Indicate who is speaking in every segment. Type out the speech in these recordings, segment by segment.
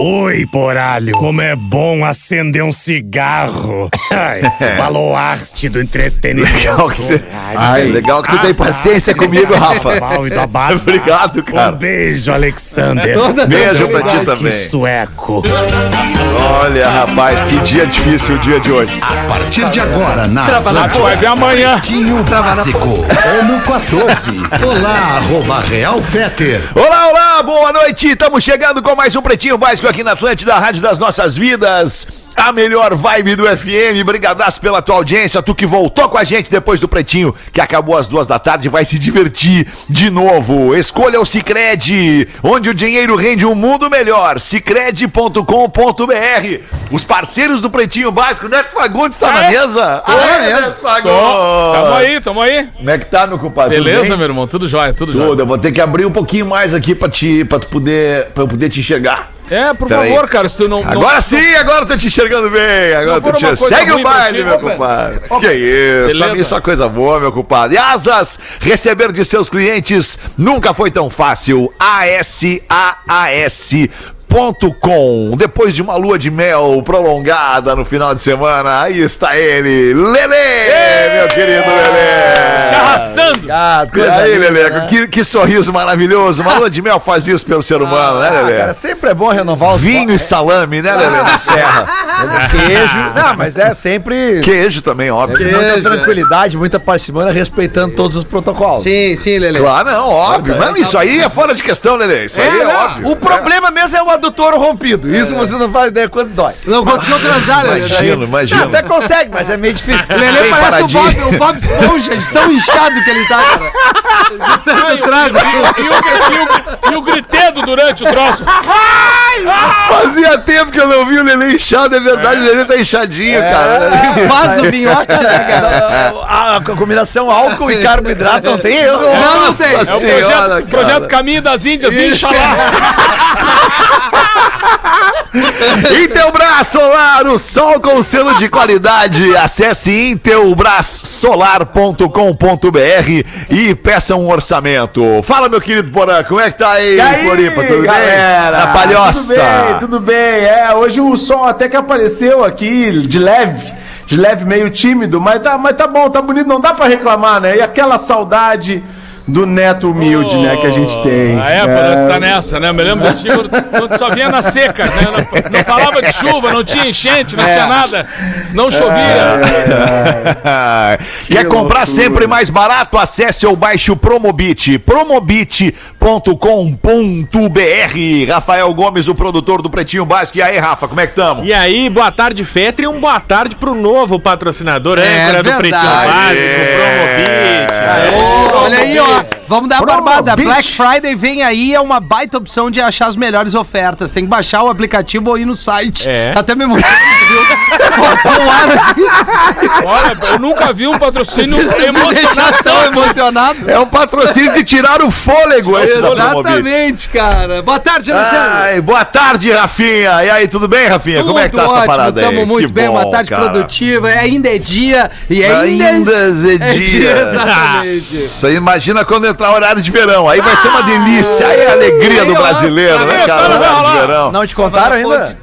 Speaker 1: Oi, poralho! Como é bom acender um cigarro! Ai, Baloarte do entretenimento.
Speaker 2: Legal que tu- Ai, legal que tu tem paciência comigo, Rafa. Obrigado,
Speaker 1: Obrigado,
Speaker 2: cara.
Speaker 1: Um beijo,
Speaker 3: É
Speaker 1: Alexander.
Speaker 2: Beijo pra ti
Speaker 1: Que
Speaker 2: também.
Speaker 1: sueco.
Speaker 2: Olha, rapaz, que dia difícil o dia de hoje.
Speaker 4: A partir de agora na
Speaker 1: Vai ver amanhã.
Speaker 4: Tinho Básico, ano 14. Olá, arroba Real Feter.
Speaker 2: Olá, olá, boa noite. Estamos chegando com mais um Pretinho Básico aqui na Atlântida, a Rádio das Nossas Vidas. A melhor vibe do FM. Brigadaço pela tua audiência. Tu que voltou com a gente depois do Pretinho, que acabou às duas da tarde, vai se divertir de novo. Escolha o Cicred, onde o dinheiro rende um mundo melhor. Cicred.com.br. Os parceiros do Pretinho Básico, Neto Fagundes está na mesa? Ah, é, Neto
Speaker 3: Tô. Tamo
Speaker 2: Fagundes.
Speaker 3: aí, tamo aí.
Speaker 2: Como é que tá, meu compadre? Tudo
Speaker 3: Beleza,
Speaker 2: bem?
Speaker 3: meu irmão? Tudo jóia, tudo jóia.
Speaker 2: Tudo, eu vou ter que abrir um pouquinho mais aqui pra, te, pra, tu poder, pra eu poder te enxergar.
Speaker 3: É, por
Speaker 2: Peraí.
Speaker 3: favor, cara, se tu não. não-
Speaker 2: Agora sim, agora eu tô te enxergando bem. Agora eu tô
Speaker 3: for
Speaker 2: te
Speaker 3: uma
Speaker 2: enxergando.
Speaker 3: coisa
Speaker 2: Segue o
Speaker 3: ruim pra
Speaker 2: baile,
Speaker 3: ti,
Speaker 2: meu
Speaker 3: opa.
Speaker 2: compadre. Que isso,
Speaker 3: Beleza.
Speaker 2: pra mim só coisa boa, meu compadre. E Asas, receber de seus clientes nunca foi tão fácil. ASAAS. Depois de uma lua de mel prolongada no final de semana, aí está ele, Lele, meu querido Lele.
Speaker 3: Se arrastando.
Speaker 5: Ah,
Speaker 2: E aí, Leleco, que, que sorriso maravilhoso. Uma lua de mel faz isso pelo ser humano, né, Lele?
Speaker 5: Cara, sempre é bom renovar os
Speaker 2: Vinho e salame, né, Lele? Na serra.
Speaker 5: queijo. Não, mas é sempre
Speaker 2: Queijo é. também, óbvio.
Speaker 5: muita tranquilidade, muita parcimônia, respeitando todos os protocolos.
Speaker 6: Sim, sim, Lele.
Speaker 2: Claro, não, óbvio. Não, isso aí é fora de questão, Lele. Isso aí é,
Speaker 5: não,
Speaker 2: óbvio.
Speaker 5: O problema mesmo é o adutor rompido. Isso vocês não fazem ideia quanto dói.
Speaker 6: Não conseguiu transar, Lele.
Speaker 2: Imagino,
Speaker 5: Ah,
Speaker 2: imagino.
Speaker 5: até consegue, mas é meio difícil.
Speaker 6: Lele
Speaker 2: Bem
Speaker 6: parece o
Speaker 2: paradinho.
Speaker 6: Bob, o Bob Esponja, de tão inchado que ele tá, cara. De
Speaker 3: E
Speaker 6: tanto
Speaker 3: o-
Speaker 6: trago.
Speaker 3: E o, e o- e o gritando durante o troço.
Speaker 2: Fazia tempo que eu não vi o Lele inchado, é verdade. O Lele tá inchadinho, cara.
Speaker 6: Faz o minhote, né, cara?
Speaker 5: A, a combinação álcool e carboidrato não tem erro.
Speaker 6: Não, não sei.
Speaker 3: É o
Speaker 2: Senhora,
Speaker 3: projeto,
Speaker 2: cara.
Speaker 3: projeto Caminho das Índias, Inxalá.
Speaker 2: Intelbras Solar, o sol com selo de qualidade. Acesse intelbrassolar.com.br e peça um orçamento. Fala, meu querido Porã, como é que tá aí,
Speaker 7: E
Speaker 2: em Floripa? Tudo bem? Na palhoça.
Speaker 7: Tudo bem, tudo bem. É, hoje o som até que apareceu aqui, de leve. De leve, meio tímido, mas tá, mas tá bom, tá bonito, não dá pra reclamar, né? E aquela saudade do neto humilde, né, que a
Speaker 2: Oh,
Speaker 7: gente tem.
Speaker 3: A
Speaker 2: é,
Speaker 3: época que tá nessa, né? Eu Me lembro de ti quando, quando só vinha na seca, né? Não, não falava de chuva, não tinha enchente, não tinha nada. Não
Speaker 2: É.
Speaker 3: chovia.
Speaker 2: Quer comprar
Speaker 7: loucura.
Speaker 2: sempre mais barato? Acesse ou baixe o Promobit. Promobit.com.br. Rafael Gomes, o produtor do Pretinho Básico. E aí, Rafa, como é que tamo?
Speaker 8: E aí, boa tarde, Fetra, e um boa tarde pro novo patrocinador,
Speaker 6: É
Speaker 8: âncora do
Speaker 6: verdade.
Speaker 8: Pretinho Básico, Promobit.
Speaker 6: Ô, Olha aí, ó. Vamos dar a
Speaker 7: Promo
Speaker 6: barbada.
Speaker 7: Beach.
Speaker 6: Black Friday vem aí, é uma baita opção de achar as melhores ofertas. Tem que baixar o aplicativo ou ir no site.
Speaker 8: É.
Speaker 6: Até mesmo. Botou o ar aqui.
Speaker 3: Olha, eu nunca vi um patrocínio emocionado
Speaker 6: Deixar tão emocionado.
Speaker 2: É um patrocínio que tiraram o fôlego esse da Promobit.
Speaker 6: Exatamente, né, cara. Boa tarde, Alexandre.
Speaker 2: Ai, boa tarde, Rafinha. E aí, tudo bem, Rafinha? Como é que tá essa parada aí?
Speaker 6: Tamo muito
Speaker 2: Que
Speaker 6: bem,
Speaker 2: bom,
Speaker 6: uma tarde
Speaker 2: cara.
Speaker 6: produtiva. Ainda é dia e ainda,
Speaker 2: Ainda é dia.
Speaker 6: exatamente. Ah!
Speaker 2: Isso aí, imagina quando entrar o horário de verão. Aí vai ser uma delícia. Aí é a alegria do
Speaker 6: Aí, ó,
Speaker 2: brasileiro,
Speaker 3: tá
Speaker 2: né,
Speaker 3: vendo?
Speaker 2: cara?
Speaker 3: Para,
Speaker 2: Horário de
Speaker 3: vai lá.
Speaker 2: verão.
Speaker 5: Não te contaram ainda?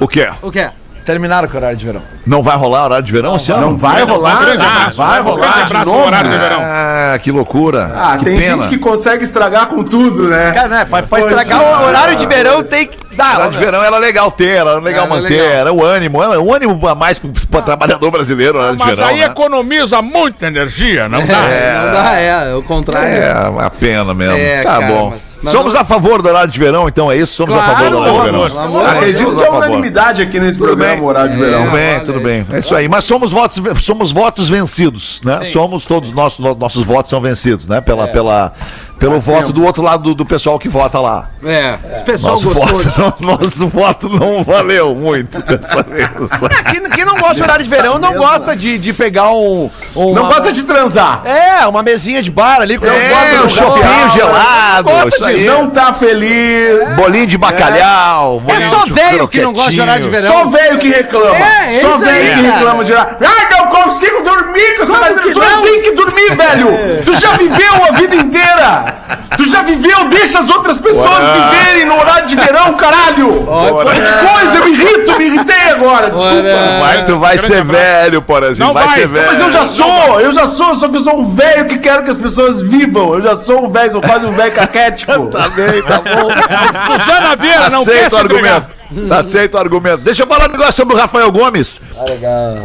Speaker 2: O quê?
Speaker 6: O quê?
Speaker 5: Terminaram com o horário de verão.
Speaker 2: Não vai rolar horário de verão, assim?
Speaker 7: Não vai rolar,
Speaker 3: grande
Speaker 7: não
Speaker 3: abraço,
Speaker 7: vai
Speaker 3: um grande
Speaker 7: rolar de
Speaker 3: abraço,
Speaker 7: novo.
Speaker 3: horário de verão.
Speaker 2: Ah, que loucura.
Speaker 7: Ah,
Speaker 2: que
Speaker 7: tem
Speaker 2: pena.
Speaker 7: gente que consegue estragar com tudo, né?
Speaker 5: Cara, né? Pra, pra
Speaker 7: Pois
Speaker 5: estragar
Speaker 7: é.
Speaker 5: o horário de verão tem que dar.
Speaker 2: Horário de verão era legal ter, era legal
Speaker 6: Era
Speaker 2: manter,
Speaker 6: legal. Ah.
Speaker 2: era o ânimo, era o ânimo a mais pro, pro trabalhador brasileiro, horário de
Speaker 3: Mas
Speaker 2: verão.
Speaker 3: aí
Speaker 2: né?
Speaker 3: economiza muita energia, não dá?
Speaker 6: É. Não dá, é, é o contrário.
Speaker 2: É, uma pena mesmo.
Speaker 6: É,
Speaker 2: tá
Speaker 6: cara,
Speaker 2: bom.
Speaker 6: mas- mas
Speaker 2: Somos
Speaker 6: não-
Speaker 2: a favor do horário de verão, então é isso? Somos a favor do
Speaker 6: Claro,
Speaker 2: horário de
Speaker 6: pelo
Speaker 2: verão.
Speaker 6: amor, pelo amor.
Speaker 7: Acredito que é
Speaker 2: a favor.
Speaker 7: unanimidade aqui nesse
Speaker 2: Tudo
Speaker 7: programa,
Speaker 2: bem.
Speaker 7: horário de
Speaker 6: É.
Speaker 7: verão.
Speaker 2: Tudo bem,
Speaker 6: olha
Speaker 2: tudo
Speaker 6: aí.
Speaker 2: bem. É isso aí. Mas somos votos,
Speaker 6: É.
Speaker 2: somos votos vencidos, né? Somos todos nossos no- nossos votos são vencidos, né? Pela, pela Pelo voto
Speaker 6: um-
Speaker 2: do outro lado do, do pessoal que vota lá.
Speaker 6: É, esse pessoal
Speaker 2: Nosso
Speaker 6: gostou.
Speaker 2: voto, não, nosso voto não valeu muito dessa vez.
Speaker 5: Quem, quem não gosta de horário de verão não gosta de, de pegar um. um-
Speaker 7: Não
Speaker 5: uma-
Speaker 7: gosta de transar.
Speaker 5: É, uma mesinha de bar ali. com-
Speaker 2: É,
Speaker 5: gosta de
Speaker 2: um
Speaker 5: um
Speaker 2: shopping
Speaker 5: lugar-
Speaker 2: gelado,
Speaker 5: Gosta
Speaker 2: isso
Speaker 5: de-
Speaker 2: aí.
Speaker 7: Não tá feliz.
Speaker 2: Bolinho de bacalhau.
Speaker 6: É só velho que É, não gosta de horário de verão.
Speaker 7: Só velho que reclama.
Speaker 6: É, é
Speaker 7: Só
Speaker 6: isso
Speaker 7: velho
Speaker 6: aí,
Speaker 7: que
Speaker 6: cara.
Speaker 7: reclama de horário. Ai, não consigo dormir com essa
Speaker 6: que
Speaker 7: Tu
Speaker 6: não? É.
Speaker 7: tem que dormir, velho. Tu já viveu a vida inteira. Tu já viveu, deixa as outras pessoas viverem no horário de verão, caralho. Que coisa, eu me irrito, me irritei agora. Desculpa.
Speaker 2: Vai, tu vai ser velho, Porazinho.
Speaker 3: Não
Speaker 2: Vai
Speaker 3: vai.
Speaker 2: ser velho.
Speaker 7: Mas eu já sou, eu já sou, só que eu sou um velho que quero que as pessoas vivam. Eu já sou um velho, sou quase um velho caquético.
Speaker 2: Tá bem, tá bom.
Speaker 3: Suzana Vieira não quer
Speaker 2: Aceito
Speaker 3: se
Speaker 2: o
Speaker 3: entregar.
Speaker 2: argumento. Tá Aceito o argumento. Deixa eu falar um negócio sobre o Rafael Gomes.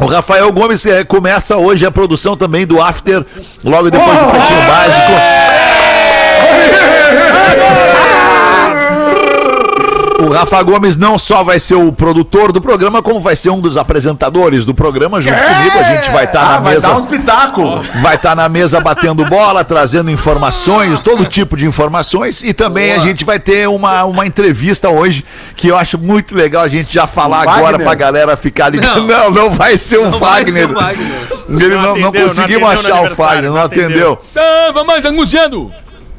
Speaker 2: O Rafael Gomes eh, começa hoje a produção também do After, logo depois do Pretinho Básico. O Rafa Gomes não só vai ser o produtor do programa, como vai ser um dos apresentadores do programa. Junto comigo, a gente vai estar na
Speaker 7: É! Ah, vai
Speaker 2: mesa.
Speaker 7: dar uns pitacos.
Speaker 2: Vai estar na mesa batendo bola, trazendo informações, todo tipo de informações. E também a gente vai ter uma, uma entrevista hoje que eu acho muito legal a gente já falar
Speaker 7: Wagner?
Speaker 2: agora pra galera ficar ligada. Não,
Speaker 6: Não.
Speaker 2: não, vai ser o
Speaker 6: Não vai
Speaker 2: Wagner.
Speaker 6: ser o Wagner.
Speaker 2: Ele não, não,
Speaker 8: Não atendeu,
Speaker 2: conseguimos
Speaker 8: não atendeu
Speaker 2: achar
Speaker 8: no
Speaker 2: o Fagner, não
Speaker 8: aniversário, não
Speaker 2: atendeu.
Speaker 3: Ah, vamos mais angustiando.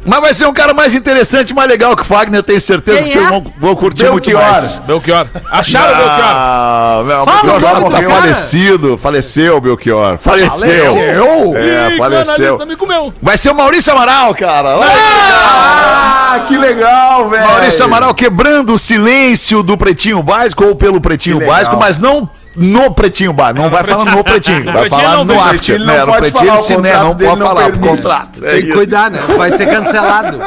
Speaker 2: Mas vai ser um cara mais interessante, mais legal que o Fagner, tenho certeza que
Speaker 6: Quem
Speaker 2: vocês
Speaker 6: é?
Speaker 2: vão, vão curtir muito
Speaker 7: Belchior.
Speaker 2: mais.
Speaker 3: Belchior. Acharam o Belchior.
Speaker 2: Ah, meu, o
Speaker 6: Fala
Speaker 2: Belchior
Speaker 6: o nome
Speaker 2: já
Speaker 6: do
Speaker 2: morreu
Speaker 6: cara.
Speaker 2: falecido. Faleceu, Belchior. Faleceu. É,
Speaker 3: Ih,
Speaker 2: faleceu.
Speaker 3: analista me comeu.
Speaker 2: Vai ser o Maurício Amaral, cara. Olha que legal.
Speaker 7: Ah, que legal, velho.
Speaker 2: Maurício Amaral quebrando o silêncio do Pretinho Básico ou pelo Pretinho
Speaker 7: legal.
Speaker 2: Básico, mas não no Pretinho Básico. Não vai falar no Pretinho, vai
Speaker 3: Pretinho
Speaker 2: falar
Speaker 3: não
Speaker 2: no
Speaker 3: tem
Speaker 2: after.
Speaker 7: Pretinho, ele
Speaker 2: né?
Speaker 7: não
Speaker 2: No
Speaker 7: pode
Speaker 2: Pretinho
Speaker 7: falar,
Speaker 2: ele
Speaker 7: o
Speaker 2: se né,
Speaker 7: contrato
Speaker 2: não
Speaker 7: dele
Speaker 2: pode
Speaker 7: não
Speaker 2: falar pro
Speaker 7: permite.
Speaker 2: contrato. É
Speaker 6: Tem que
Speaker 2: isso.
Speaker 6: cuidar, né? Vai ser cancelado.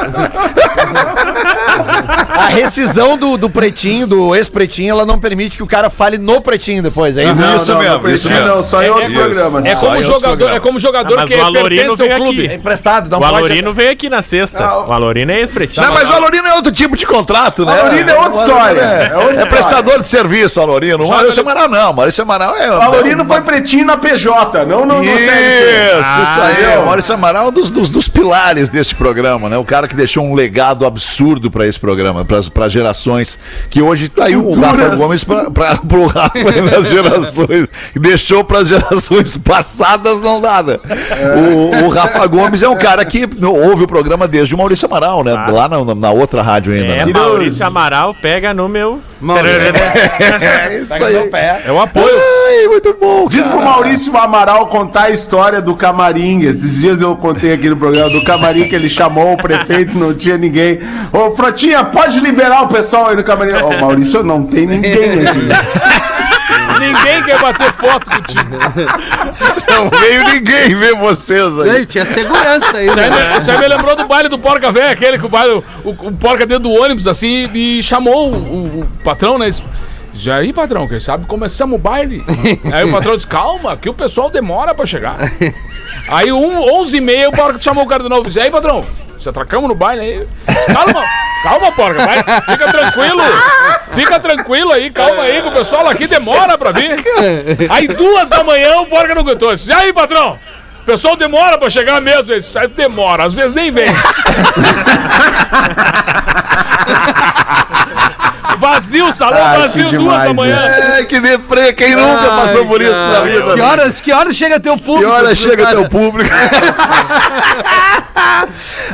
Speaker 5: A rescisão do, do pretinho, do ex-pretinho, ela não permite que o cara fale no pretinho depois, é isso?
Speaker 7: Não,
Speaker 2: Isso
Speaker 7: não,
Speaker 2: mesmo,
Speaker 7: não,
Speaker 2: isso
Speaker 7: Pretinho
Speaker 2: mesmo.
Speaker 7: Não, só em
Speaker 3: É-
Speaker 7: outros
Speaker 3: é-
Speaker 7: programas.
Speaker 3: É
Speaker 2: Só em
Speaker 3: como
Speaker 2: outros
Speaker 3: jogador,
Speaker 2: programas.
Speaker 3: é como
Speaker 8: Ah,
Speaker 3: jogador
Speaker 8: mas
Speaker 3: que
Speaker 8: o Alorino
Speaker 3: pertence
Speaker 8: veio
Speaker 3: ao
Speaker 8: aqui.
Speaker 3: clube.
Speaker 5: É emprestado, não
Speaker 8: O
Speaker 5: pode.
Speaker 8: Alorino veio aqui na sexta. O Alorino é ex-pretinho.
Speaker 2: Não, mas o Alorino é outro tipo de contrato, né?
Speaker 7: Valorino é outra história. É, outra
Speaker 2: É prestador de serviço, Alorino. O Maurício
Speaker 3: ele-
Speaker 2: Amaral não. Maurício Amaral é.
Speaker 7: Valorino foi pretinho na PJ, não no, no CLT.
Speaker 2: Isso, isso aí.
Speaker 7: Ah,
Speaker 2: o Maurício Amaral é um dos, dos, dos pilares deste programa, né? O cara que deixou um legado absurdo pra esse programa, pras as gerações. Que hoje tá aí o
Speaker 7: Futuras.
Speaker 2: Rafa Gomes pra, pra, pro Rafa e nas gerações. que Deixou pras gerações passadas, não dá, né? O, o Rafa Gomes é um cara que ouve o programa desde o Maurício Amaral, né? Lá na, na outra rádio ainda.
Speaker 8: É,
Speaker 2: né?
Speaker 8: Maurício Amaral pega no meu.
Speaker 6: Maurício.
Speaker 2: É isso aí.
Speaker 8: É o apoio.
Speaker 2: Ai, muito bom.
Speaker 7: Diz pro Maurício Amaral contar a história do camarim. Esses dias eu contei aqui no programa do camarim que ele chamou o prefeito, não tinha ninguém. Ô, Frotinha, pode liberar o pessoal aí no camarim. Ô, Maurício, não tem ninguém aqui.
Speaker 3: Ninguém quer bater foto contigo.
Speaker 2: Não veio ninguém ver vocês aí.
Speaker 6: Não, Tinha é segurança aí,
Speaker 3: Isso aí,
Speaker 6: né?
Speaker 3: me, isso aí me lembrou do baile do Porca Véia, aquele que o baile, o, o Porca dentro do ônibus, assim, e chamou o, o- o patrão, né? Disse, Já aí, patrão, quem sabe começamos o baile. aí o patrão disse, calma, que o pessoal demora pra chegar. Aí, um, 11 e meia, o Porca chamou o cara de novo. Disse, e aí, patrão, se atracamos no baile aí? Disse, Calma, calma, Porca, vai, fica tranquilo. Fica tranquilo aí, calma aí, que o pessoal aqui demora pra vir. Aí duas da manhã o Borga não aguentou. Disse, E aí, patrão? O pessoal demora pra chegar mesmo. Ele disse, "Ah, demora, às vezes nem vem. vazio, salão
Speaker 7: Ai, que
Speaker 3: vazio, duas
Speaker 7: demais
Speaker 3: da manhã.
Speaker 2: É, que deprê, quem nunca passou por isso na vida? né?
Speaker 6: Que horas, que horas chega teu público?
Speaker 2: Que hora chega
Speaker 6: cara?
Speaker 2: teu público?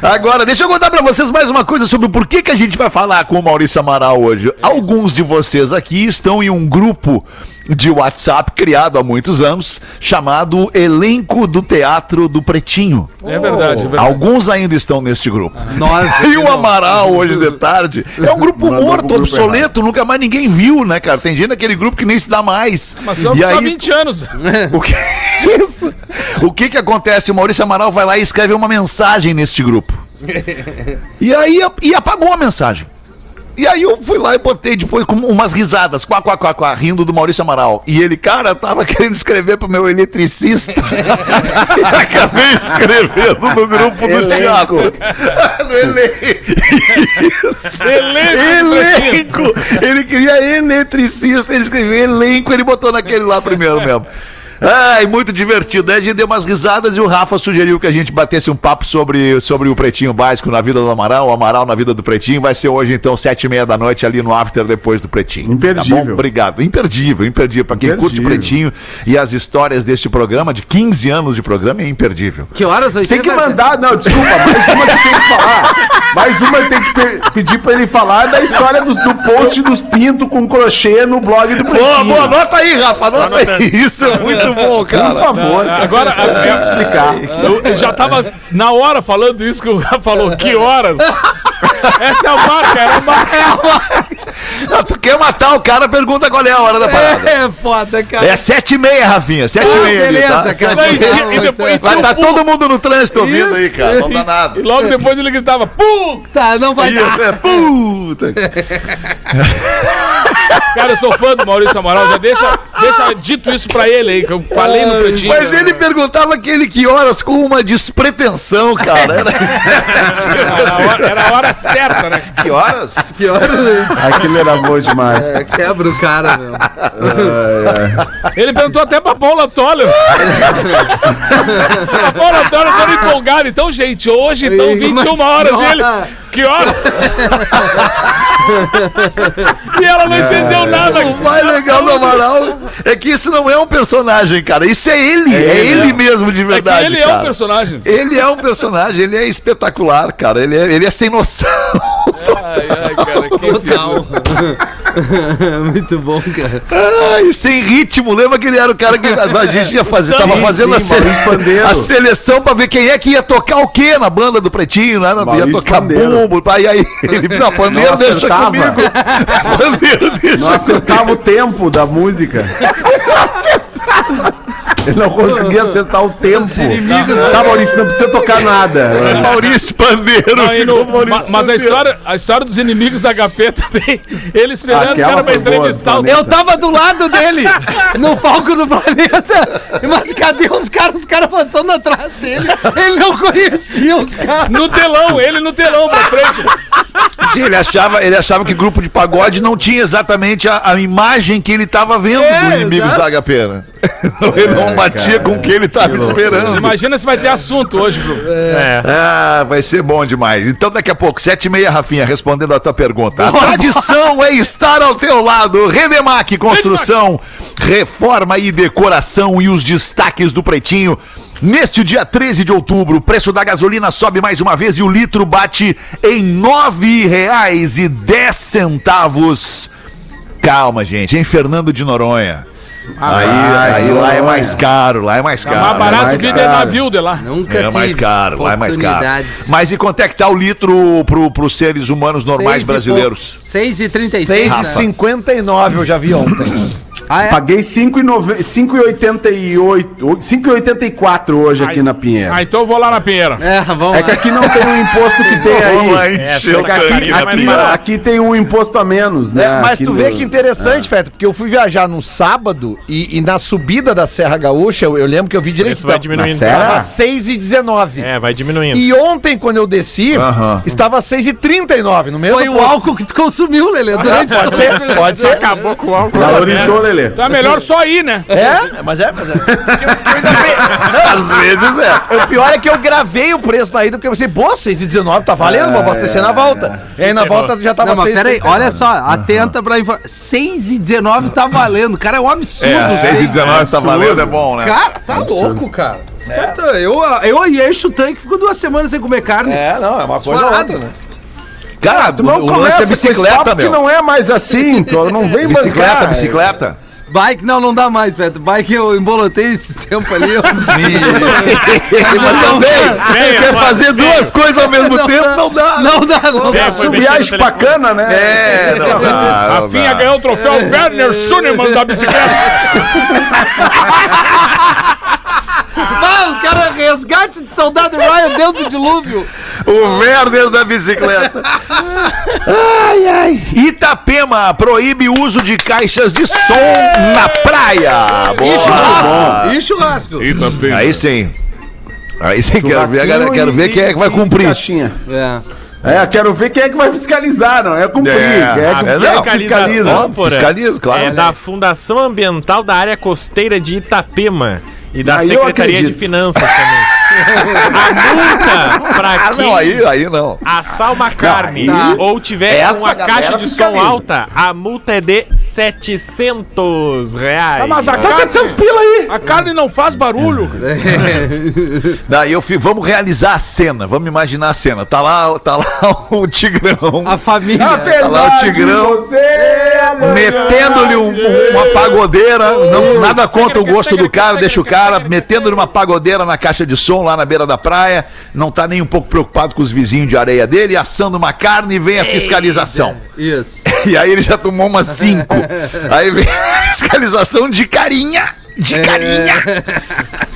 Speaker 2: Agora, deixa eu contar pra vocês mais uma coisa sobre o porquê que a gente vai falar com o Maurício Amaral
Speaker 3: É
Speaker 2: hoje. Alguns de vocês aqui estão em um grupo de WhatsApp criado há muitos anos, chamado Elenco do Teatro do Pretinho.
Speaker 3: É verdade, é verdade. Ah,
Speaker 2: Alguns ainda estão neste grupo.
Speaker 6: Nossa,
Speaker 2: E o Amaral hoje de tarde. É um grupo
Speaker 7: Mandou pro
Speaker 2: morto,
Speaker 7: grupo
Speaker 2: obsoleto, nunca mais ninguém viu, né, cara? Tem gente naquele grupo que nem se dá mais.
Speaker 3: Mas só,
Speaker 2: e
Speaker 3: só
Speaker 2: aí,
Speaker 3: 20 anos.
Speaker 2: o que é isso? O que que acontece? O Maurício Amaral vai lá e escreve uma mensagem neste grupo. E aí e apagou a mensagem. E aí eu fui lá e botei depois com umas risadas, quá, quá, quá, quá, rindo do Maurício Amaral. E ele, cara, tava querendo escrever pro meu eletricista. e acabei escrevendo no grupo do
Speaker 7: Elenco.
Speaker 2: teatro. no elenco.
Speaker 3: Elenco do
Speaker 2: Elenco! Ele queria eletricista, ele escreveu elenco, ele botou naquele lá primeiro mesmo. Ai, muito divertido. Aí a gente deu umas risadas e o Rafa sugeriu que a gente batesse um papo sobre, sobre o Pretinho Básico na vida do Amaral, o Amaral na vida do Pretinho. Vai ser hoje, então, sete e meia da noite ali no After, depois do Pretinho.
Speaker 7: Imperdível.
Speaker 2: Tá bom? Obrigado. Imperdível, imperdível. Pra quem
Speaker 7: Imperdível.
Speaker 2: curte Pretinho e as histórias deste programa, de 15 anos de programa, é imperdível.
Speaker 6: Que horas hoje? é
Speaker 7: Tem que mandar, não, desculpa, mais uma que tem que falar. Mais uma que tem que pe- pedir pra ele falar da história dos- do post dos Pinto com crochê no blog do
Speaker 2: Boa, boa,
Speaker 7: Pretinho.
Speaker 2: anota aí, Rafa, anota aí. Isso é muito bom,
Speaker 7: Por
Speaker 2: cara.
Speaker 7: favor,
Speaker 3: Agora,
Speaker 7: eu tenho que
Speaker 3: a-
Speaker 7: explicar.
Speaker 3: eu, eu já tava na hora falando isso que o Rafa falou. Que horas? Essa é a marca, era a marca.
Speaker 2: Ah, tu quer matar o cara, pergunta qual é a hora da parada.
Speaker 6: É foda, cara.
Speaker 2: É sete e meia, Rafinha, sete e
Speaker 6: Ah,
Speaker 2: meia. ali, tá?
Speaker 6: beleza,
Speaker 2: Sete e
Speaker 6: cara.
Speaker 3: E,
Speaker 2: meia.
Speaker 3: tinha- e depois e
Speaker 2: Vai
Speaker 3: tinha
Speaker 2: estar
Speaker 3: um pulo.
Speaker 2: todo mundo no trânsito ouvindo aí,
Speaker 6: Isso.
Speaker 2: cara. Não dá
Speaker 3: E
Speaker 2: nada.
Speaker 3: logo depois ele gritava, pum!
Speaker 6: Tá, não vai dar.
Speaker 2: Isso, é puta.
Speaker 3: Cara, eu sou fã do Maurício Amaral, já deixa, deixa dito isso pra ele aí, que eu falei no pretinho.
Speaker 2: Mas ele perguntava aquele que horas com uma despretensão, cara. Era-
Speaker 3: Era a hora, era a hora certa, né?
Speaker 2: Que horas?
Speaker 6: Que horas?
Speaker 7: Aquilo era bom demais.
Speaker 6: É, quebra o cara, meu.
Speaker 3: Ele perguntou até pra Paula Tólio. a Paula Tólio toda empolgada. Então, gente, hoje estão
Speaker 6: Ei,
Speaker 3: 21
Speaker 6: mas-
Speaker 3: horas
Speaker 6: Nossa.
Speaker 3: ele. Que horas? e ela não entendeu nada.
Speaker 2: O mais legal do Amaral é que isso não é um personagem, cara. Isso é ele. É, ele, mesmo de
Speaker 3: É que
Speaker 2: verdade.
Speaker 3: ele é um
Speaker 2: cara.
Speaker 3: personagem.
Speaker 2: Ele é um personagem, ele é espetacular, cara. Ele é, ele é sem noção.
Speaker 3: Ai, ai, cara, que
Speaker 6: Total. Muito bom, cara.
Speaker 2: Ai, sem ritmo. Lembra que ele era o cara que a gente ia fazer? Tava fazendo a,
Speaker 7: sim,
Speaker 2: sele-
Speaker 7: Maurício Pandeiro.
Speaker 2: a seleção pra ver quem é que ia tocar o quê na banda do Pretinho, né? ia
Speaker 7: Maurício
Speaker 2: tocar
Speaker 7: Pandeiro.
Speaker 2: bumbo. Tá? E aí, ele, não, pandeiro
Speaker 7: Não
Speaker 2: deixa
Speaker 7: acertava.
Speaker 2: comigo. pandeiro deixa
Speaker 7: Não acertava o tempo da música. Ele não conseguia acertar o tempo. Tá, Maurício, não precisa tocar nada.
Speaker 2: Maurício Pandeiro.
Speaker 3: Não, e
Speaker 2: ficou
Speaker 3: no-
Speaker 2: Maurício
Speaker 3: ma- mas a
Speaker 2: Pandeiro.
Speaker 3: história, a história dos inimigos da HP também, ele esperando os
Speaker 7: Aquela
Speaker 3: caras pra
Speaker 7: foi boa
Speaker 3: entrevistar os
Speaker 7: também.
Speaker 6: Eu tava do lado dele, no palco do planeta. Mas cadê os caras? Os caras passando atrás dele. Ele não conhecia os caras.
Speaker 3: No telão, ele no telão pra frente.
Speaker 2: Sim, ele achava, ele achava que grupo de pagode não tinha exatamente a, a imagem que ele estava vendo dos inimigos da HP. né? ele não batia com o que ele estava esperando.
Speaker 3: Imagina se vai ter assunto hoje,
Speaker 5: É.
Speaker 3: Bruno.
Speaker 2: Ah, vai ser bom demais. Então daqui a pouco, sete e meia, Rafinha, respondendo a tua pergunta. A tradição é estar ao teu lado. Redemac Construção, reforma e decoração e os destaques do Pretinho. Neste dia 13 de outubro, o preço da gasolina sobe mais uma vez e o litro bate em R$ 9,10. Calma, gente, em Fernando de Noronha. aí, aí lá é mais caro, lá é mais caro.
Speaker 3: mais
Speaker 2: é
Speaker 3: Tá barato
Speaker 2: mais
Speaker 3: que
Speaker 2: caro.
Speaker 3: na Vilde lá.
Speaker 6: Nunca
Speaker 2: É mais caro, lá é mais caro.
Speaker 6: oportunidades.
Speaker 2: Mas e quanto é que tá o litro pro, pros seres humanos normais
Speaker 6: Seis e
Speaker 2: brasileiros?
Speaker 6: pouco. 6,36. né?
Speaker 5: 6,59 eu já vi ontem.
Speaker 6: Ah, é?
Speaker 7: Paguei 5,9 5,88, 5,84 hoje aqui na
Speaker 3: Ah,
Speaker 5: É.
Speaker 7: Pinheira.
Speaker 3: então eu vou lá na Pinheira.
Speaker 6: É, vamos
Speaker 7: É que
Speaker 6: lá.
Speaker 7: aqui não tem o imposto que tem aí.
Speaker 2: encher
Speaker 7: É que aqui, aqui, aqui tem um imposto a menos, né?
Speaker 5: É, mas
Speaker 7: Aqui
Speaker 5: tu
Speaker 7: no-
Speaker 5: vê que Ah. interessante, Fetter, porque eu fui viajar num sábado e, e na subida da Serra Gaúcha, eu, eu lembro que eu vi direito.
Speaker 8: Isso vai
Speaker 7: na
Speaker 8: diminuindo.
Speaker 7: série?
Speaker 5: Tava 6,19.
Speaker 8: É, vai diminuindo.
Speaker 5: então, E ontem, quando eu desci,
Speaker 7: Aham.
Speaker 5: estava 6,39 no mesmo
Speaker 6: Foi o
Speaker 5: ponto.
Speaker 6: álcool que tu consumiu, Lelê, durante
Speaker 5: Pode ser, pode ser.
Speaker 8: Acabou com o álcool.
Speaker 7: Valorizou, Lelê.
Speaker 3: Então é melhor só ir, né?
Speaker 5: É, mas é, mas é.
Speaker 2: Às vezes é.
Speaker 5: O pior é que eu gravei o preço na ida, porque eu pensei, pô, 6,19 tá valendo, vou abastecer na volta. E aí na volta já tava
Speaker 6: Não, mas
Speaker 5: 6,39.
Speaker 6: peraí, olha só, atenta pra informação. 6 e 19 tá valendo, cara, é um absurdo.
Speaker 2: seis e
Speaker 6: sim.
Speaker 2: 19 tá valendo, é bom, né?
Speaker 6: Cara, tá louco, cara. Esse cara tá- Eu, eu encho o tanque, fico duas semanas sem comer carne.
Speaker 5: É, não, é uma coisa ou
Speaker 6: Suado.
Speaker 5: outra, né?
Speaker 2: Cara,
Speaker 7: Tu não começa com esse papo que não é mais assim, tu não vem É
Speaker 2: Bicicleta,
Speaker 7: bancar.
Speaker 2: bicicleta.
Speaker 6: Bike, não, não dá mais, velho. Bike eu embolotei esses tempos ali. eu-
Speaker 2: é. Mas também,
Speaker 8: Meia,
Speaker 2: quer
Speaker 8: quase,
Speaker 2: fazer duas coisas ao mesmo tempo, não dá. né?
Speaker 6: Não dá, não dá.
Speaker 8: É,
Speaker 7: Tu viagens bacana, né?
Speaker 2: É, não dá. não dá.
Speaker 3: Rafinha ganhou o troféu
Speaker 5: É.
Speaker 3: Werner Schunemann da bicicleta.
Speaker 6: Ah, o cara resgate de soldado Ryan dentro do dilúvio.
Speaker 2: O Werner da bicicleta. Ai, ai. Itapema proíbe o uso de caixas de som na praia.
Speaker 6: E
Speaker 2: Boa.
Speaker 6: churrasco. E churrasco.
Speaker 2: Aí sim. Aí sim, quero ver,
Speaker 7: Churrasquinho
Speaker 2: quero, quero ver
Speaker 7: e-
Speaker 2: quem é que vai
Speaker 7: e
Speaker 2: cumprir.
Speaker 7: Caixinha.
Speaker 6: É.
Speaker 7: É, quero ver quem é que vai fiscalizar, não é cumprir.
Speaker 2: É,
Speaker 7: quem é que,
Speaker 2: ah,
Speaker 7: quem é que
Speaker 2: não,
Speaker 7: fiscaliza.
Speaker 2: fiscaliza,
Speaker 8: porra.
Speaker 2: fiscaliza, claro.
Speaker 8: É da Fundação Ambiental da Área Costeira de Itapema e da
Speaker 7: Ah, eu
Speaker 8: Secretaria de
Speaker 7: acredito.
Speaker 8: Finanças também. A multa pra
Speaker 2: Ah,
Speaker 8: quem
Speaker 2: não, aí, aí não.
Speaker 8: assar uma carne
Speaker 7: aí-
Speaker 8: ou tiver
Speaker 7: Essa
Speaker 8: uma
Speaker 7: galera
Speaker 8: caixa de som
Speaker 7: fiscaliza.
Speaker 8: alta, a multa é de 700 reais.
Speaker 3: mas a
Speaker 7: Tá
Speaker 3: carne,
Speaker 7: 400 pila aí.
Speaker 3: a carne não faz barulho. cara.
Speaker 2: Daí eu fico, vamos realizar a cena, vamos imaginar a cena. Tá lá, tá lá o Tigrão.
Speaker 6: A família.
Speaker 2: Tá lá o Tigrão.
Speaker 7: Você é
Speaker 2: Metendo-lhe um- um- uma pagodeira, não, nada contra o gosto do cara, deixa o cara, metendo-lhe uma pagodeira na caixa de som lá na beira da praia, não tá nem um pouco preocupado com os vizinhos de areia dele, assando uma carne e vem a fiscalização.
Speaker 6: Isso.
Speaker 2: E aí ele já tomou umas cinco. Aí vem a fiscalização de carinha. De carinha!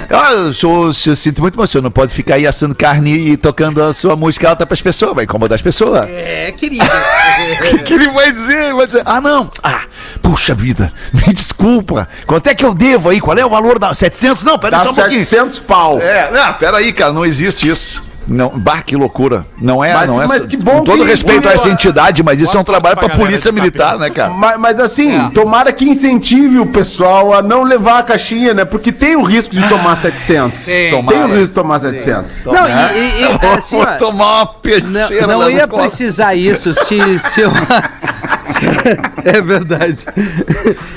Speaker 2: Ah, eu, sou, eu sinto muito, mas o senhor não pode ficar aí assando carne e tocando a sua música alta pras pessoas, vai incomodar as pessoas.
Speaker 6: É, querido.
Speaker 2: O que, que ele vai dizer? Ele vai dizer, ah, não. Ah, puxa vida, me desculpa. Quanto é que eu devo aí? Qual é o valor da... 700? Não, pera
Speaker 7: Dá
Speaker 2: aí só um pouquinho.
Speaker 7: 700 pau.
Speaker 2: É, não, pera aí, cara, não existe isso. Não, bah, que loucura. Não é,
Speaker 7: Mas-
Speaker 2: não é.
Speaker 7: mas que bom
Speaker 2: com todo
Speaker 7: que-
Speaker 2: respeito a essa
Speaker 7: Olha,
Speaker 2: entidade, mas isso é um
Speaker 8: nossa,
Speaker 2: trabalho
Speaker 8: pra
Speaker 2: pra
Speaker 8: galera
Speaker 2: polícia
Speaker 8: de
Speaker 2: militar, né, cara?
Speaker 7: Mas, mas assim,
Speaker 6: É.
Speaker 7: tomara que incentive o pessoal a não levar a caixinha, né? Porque tem o risco de tomar 700.
Speaker 6: Ah, tem.
Speaker 7: Tem o risco de tomar 700.
Speaker 6: Não, e, e-
Speaker 7: Tá
Speaker 6: e, assim,
Speaker 2: Vou
Speaker 6: ó,
Speaker 2: tomar uma
Speaker 6: Não,
Speaker 2: peixeira
Speaker 6: não
Speaker 2: nas
Speaker 6: ia
Speaker 2: costas.
Speaker 6: precisar isso se, se eu. se- é verdade.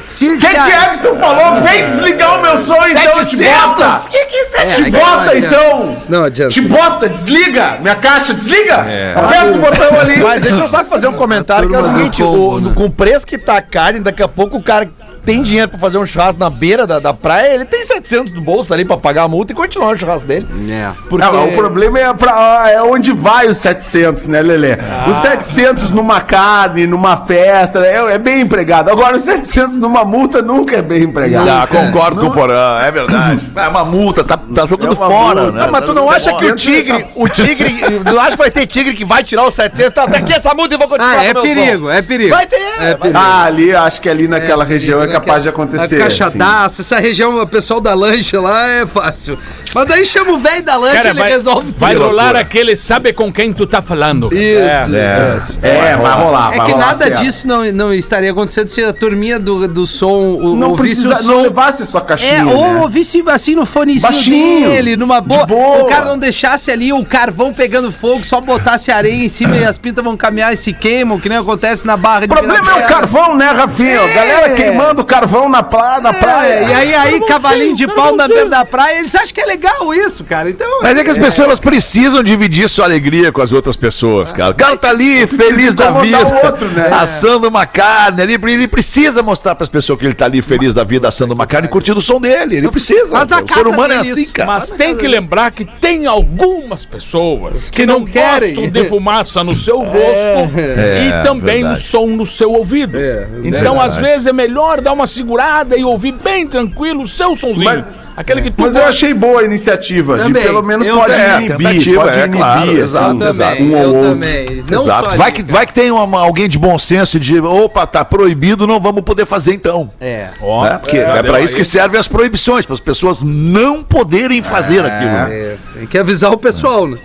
Speaker 6: Se,
Speaker 7: Quem
Speaker 6: se a-
Speaker 7: que é que tu falou? Vem desligar o meu som então, te
Speaker 2: 700?
Speaker 7: bota! Que que é
Speaker 6: É,
Speaker 7: Te
Speaker 6: não
Speaker 7: bota
Speaker 6: adianta.
Speaker 7: então!
Speaker 6: Não adianta.
Speaker 7: Te bota, desliga! Minha caixa, desliga!
Speaker 6: É.
Speaker 7: Aperta o botão ali!
Speaker 5: Mas deixa eu só fazer um comentário que é o
Speaker 6: turma do
Speaker 5: seguinte,
Speaker 6: combo,
Speaker 5: o-
Speaker 6: né?
Speaker 5: com o preço que tá a carne, daqui a pouco o cara tem dinheiro pra fazer um churrasco na beira da, da praia, ele tem 700 no bolso ali pra pagar a multa e continuar o churrasco dele.
Speaker 6: É.
Speaker 5: Porque...
Speaker 7: Não, o problema é, pra- é onde vai os 700, né, Lelê?
Speaker 6: Ah.
Speaker 7: Os 700 numa carne, numa festa, né, é, é bem empregado. Agora, os 700 numa multa nunca é bem empregado.
Speaker 6: Tá,
Speaker 2: Ah, concordo com o Porã, é verdade. É uma multa, tá, tá jogando
Speaker 7: É uma
Speaker 2: fora,
Speaker 7: multa.
Speaker 2: né?
Speaker 5: Ah, mas tu não
Speaker 7: Você
Speaker 5: acha que o
Speaker 7: mora.
Speaker 5: tigre, o tigre, não acha que vai ter tigre que vai tirar os 700? Tá, daqui essa multa e vou continuar
Speaker 6: Ah, é
Speaker 5: com meu som.
Speaker 6: perigo, é perigo.
Speaker 5: Vai ter,
Speaker 6: É
Speaker 5: vai
Speaker 6: perigo.
Speaker 7: Ah, ali, acho que ali naquela
Speaker 6: É,
Speaker 7: região é
Speaker 6: naquela-
Speaker 7: capaz de acontecer. assim.
Speaker 6: a
Speaker 7: sim.
Speaker 6: Cachadaço, essa região, o pessoal da lanche lá é fácil. Mas daí chama o velho da lanche,
Speaker 3: Cara,
Speaker 6: ele
Speaker 3: vai,
Speaker 6: resolve tudo.
Speaker 3: vai rolar aquele sabe com quem tu tá falando.
Speaker 6: Isso.
Speaker 7: É, vai rolar.
Speaker 6: É
Speaker 7: vai
Speaker 6: que
Speaker 7: rolar
Speaker 6: nada
Speaker 7: certo.
Speaker 6: disso não, não estaria acontecendo se a turminha do, do som o,
Speaker 7: Não
Speaker 6: ouvisse
Speaker 7: precisa,
Speaker 6: o
Speaker 7: não
Speaker 6: som.
Speaker 7: levasse sua caixinha.
Speaker 6: É, ou
Speaker 7: né?
Speaker 6: ouvisse assim no fonezinho
Speaker 7: Baixinho,
Speaker 6: dele, numa boa,
Speaker 7: de
Speaker 6: O
Speaker 7: boa.
Speaker 6: cara não deixasse ali o carvão pegando fogo, só botasse areia em cima e as pintas vão caminhar e se queimam, que nem acontece na barra de
Speaker 7: O problema é o
Speaker 6: Ibirapuera.
Speaker 7: carvão, né, Rafinha?
Speaker 6: É.
Speaker 7: Galera queimando carvão na, pra, na praia.
Speaker 6: É, e aí, aí cavalinho de
Speaker 3: cara,
Speaker 6: pau
Speaker 3: não
Speaker 6: na
Speaker 3: sei.
Speaker 6: beira da praia, eles acham que é legal isso, cara. Então.
Speaker 2: Mas é que as pessoas elas precisam dividir sua alegria com as outras pessoas, cara. O cara tá ali, feliz da vida,
Speaker 7: incomodar o outro, né?
Speaker 2: assando uma carne ali. Ele precisa mostrar pras pessoas que ele tá ali feliz da vida, assando uma carne e curtindo o som dele. Ele precisa.
Speaker 6: Mas
Speaker 2: o
Speaker 6: na
Speaker 2: ser
Speaker 6: caça
Speaker 2: humano é
Speaker 6: tem
Speaker 2: assim,
Speaker 6: isso.
Speaker 2: cara.
Speaker 3: Mas tem que lembrar que tem algumas pessoas que,
Speaker 6: não
Speaker 3: não,
Speaker 6: querem.
Speaker 3: gostam de fumaça no seu rosto
Speaker 2: É,
Speaker 3: e também
Speaker 2: verdade.
Speaker 3: o som no seu ouvido. então, às vezes, é melhor dar uma segurada e ouvir bem tranquilo o seu sonzinho.
Speaker 7: Mas-
Speaker 3: Aquele que tu
Speaker 7: Mas eu
Speaker 3: gosta.
Speaker 7: achei boa a iniciativa.
Speaker 6: Também.
Speaker 7: De pelo menos
Speaker 6: Eu
Speaker 7: pode
Speaker 2: também.
Speaker 7: inibir,
Speaker 2: Tentativa,
Speaker 7: pode
Speaker 2: é,
Speaker 7: inibir.
Speaker 2: claro,
Speaker 7: assim,
Speaker 2: exato,
Speaker 6: Eu
Speaker 2: exato.
Speaker 6: também,
Speaker 7: Um
Speaker 6: eu
Speaker 7: ou outro.
Speaker 6: também. Não
Speaker 2: Exato.
Speaker 6: só
Speaker 2: vai,
Speaker 6: ali,
Speaker 2: que, vai que tem uma- alguém de bom senso de, opa, tá proibido, não vamos poder fazer então.
Speaker 6: É.
Speaker 3: Ó,
Speaker 2: Né? Porque é, pra isso que servem as proibições, para as pessoas não poderem fazer aquilo. né?
Speaker 6: É, tem que avisar o pessoal, né?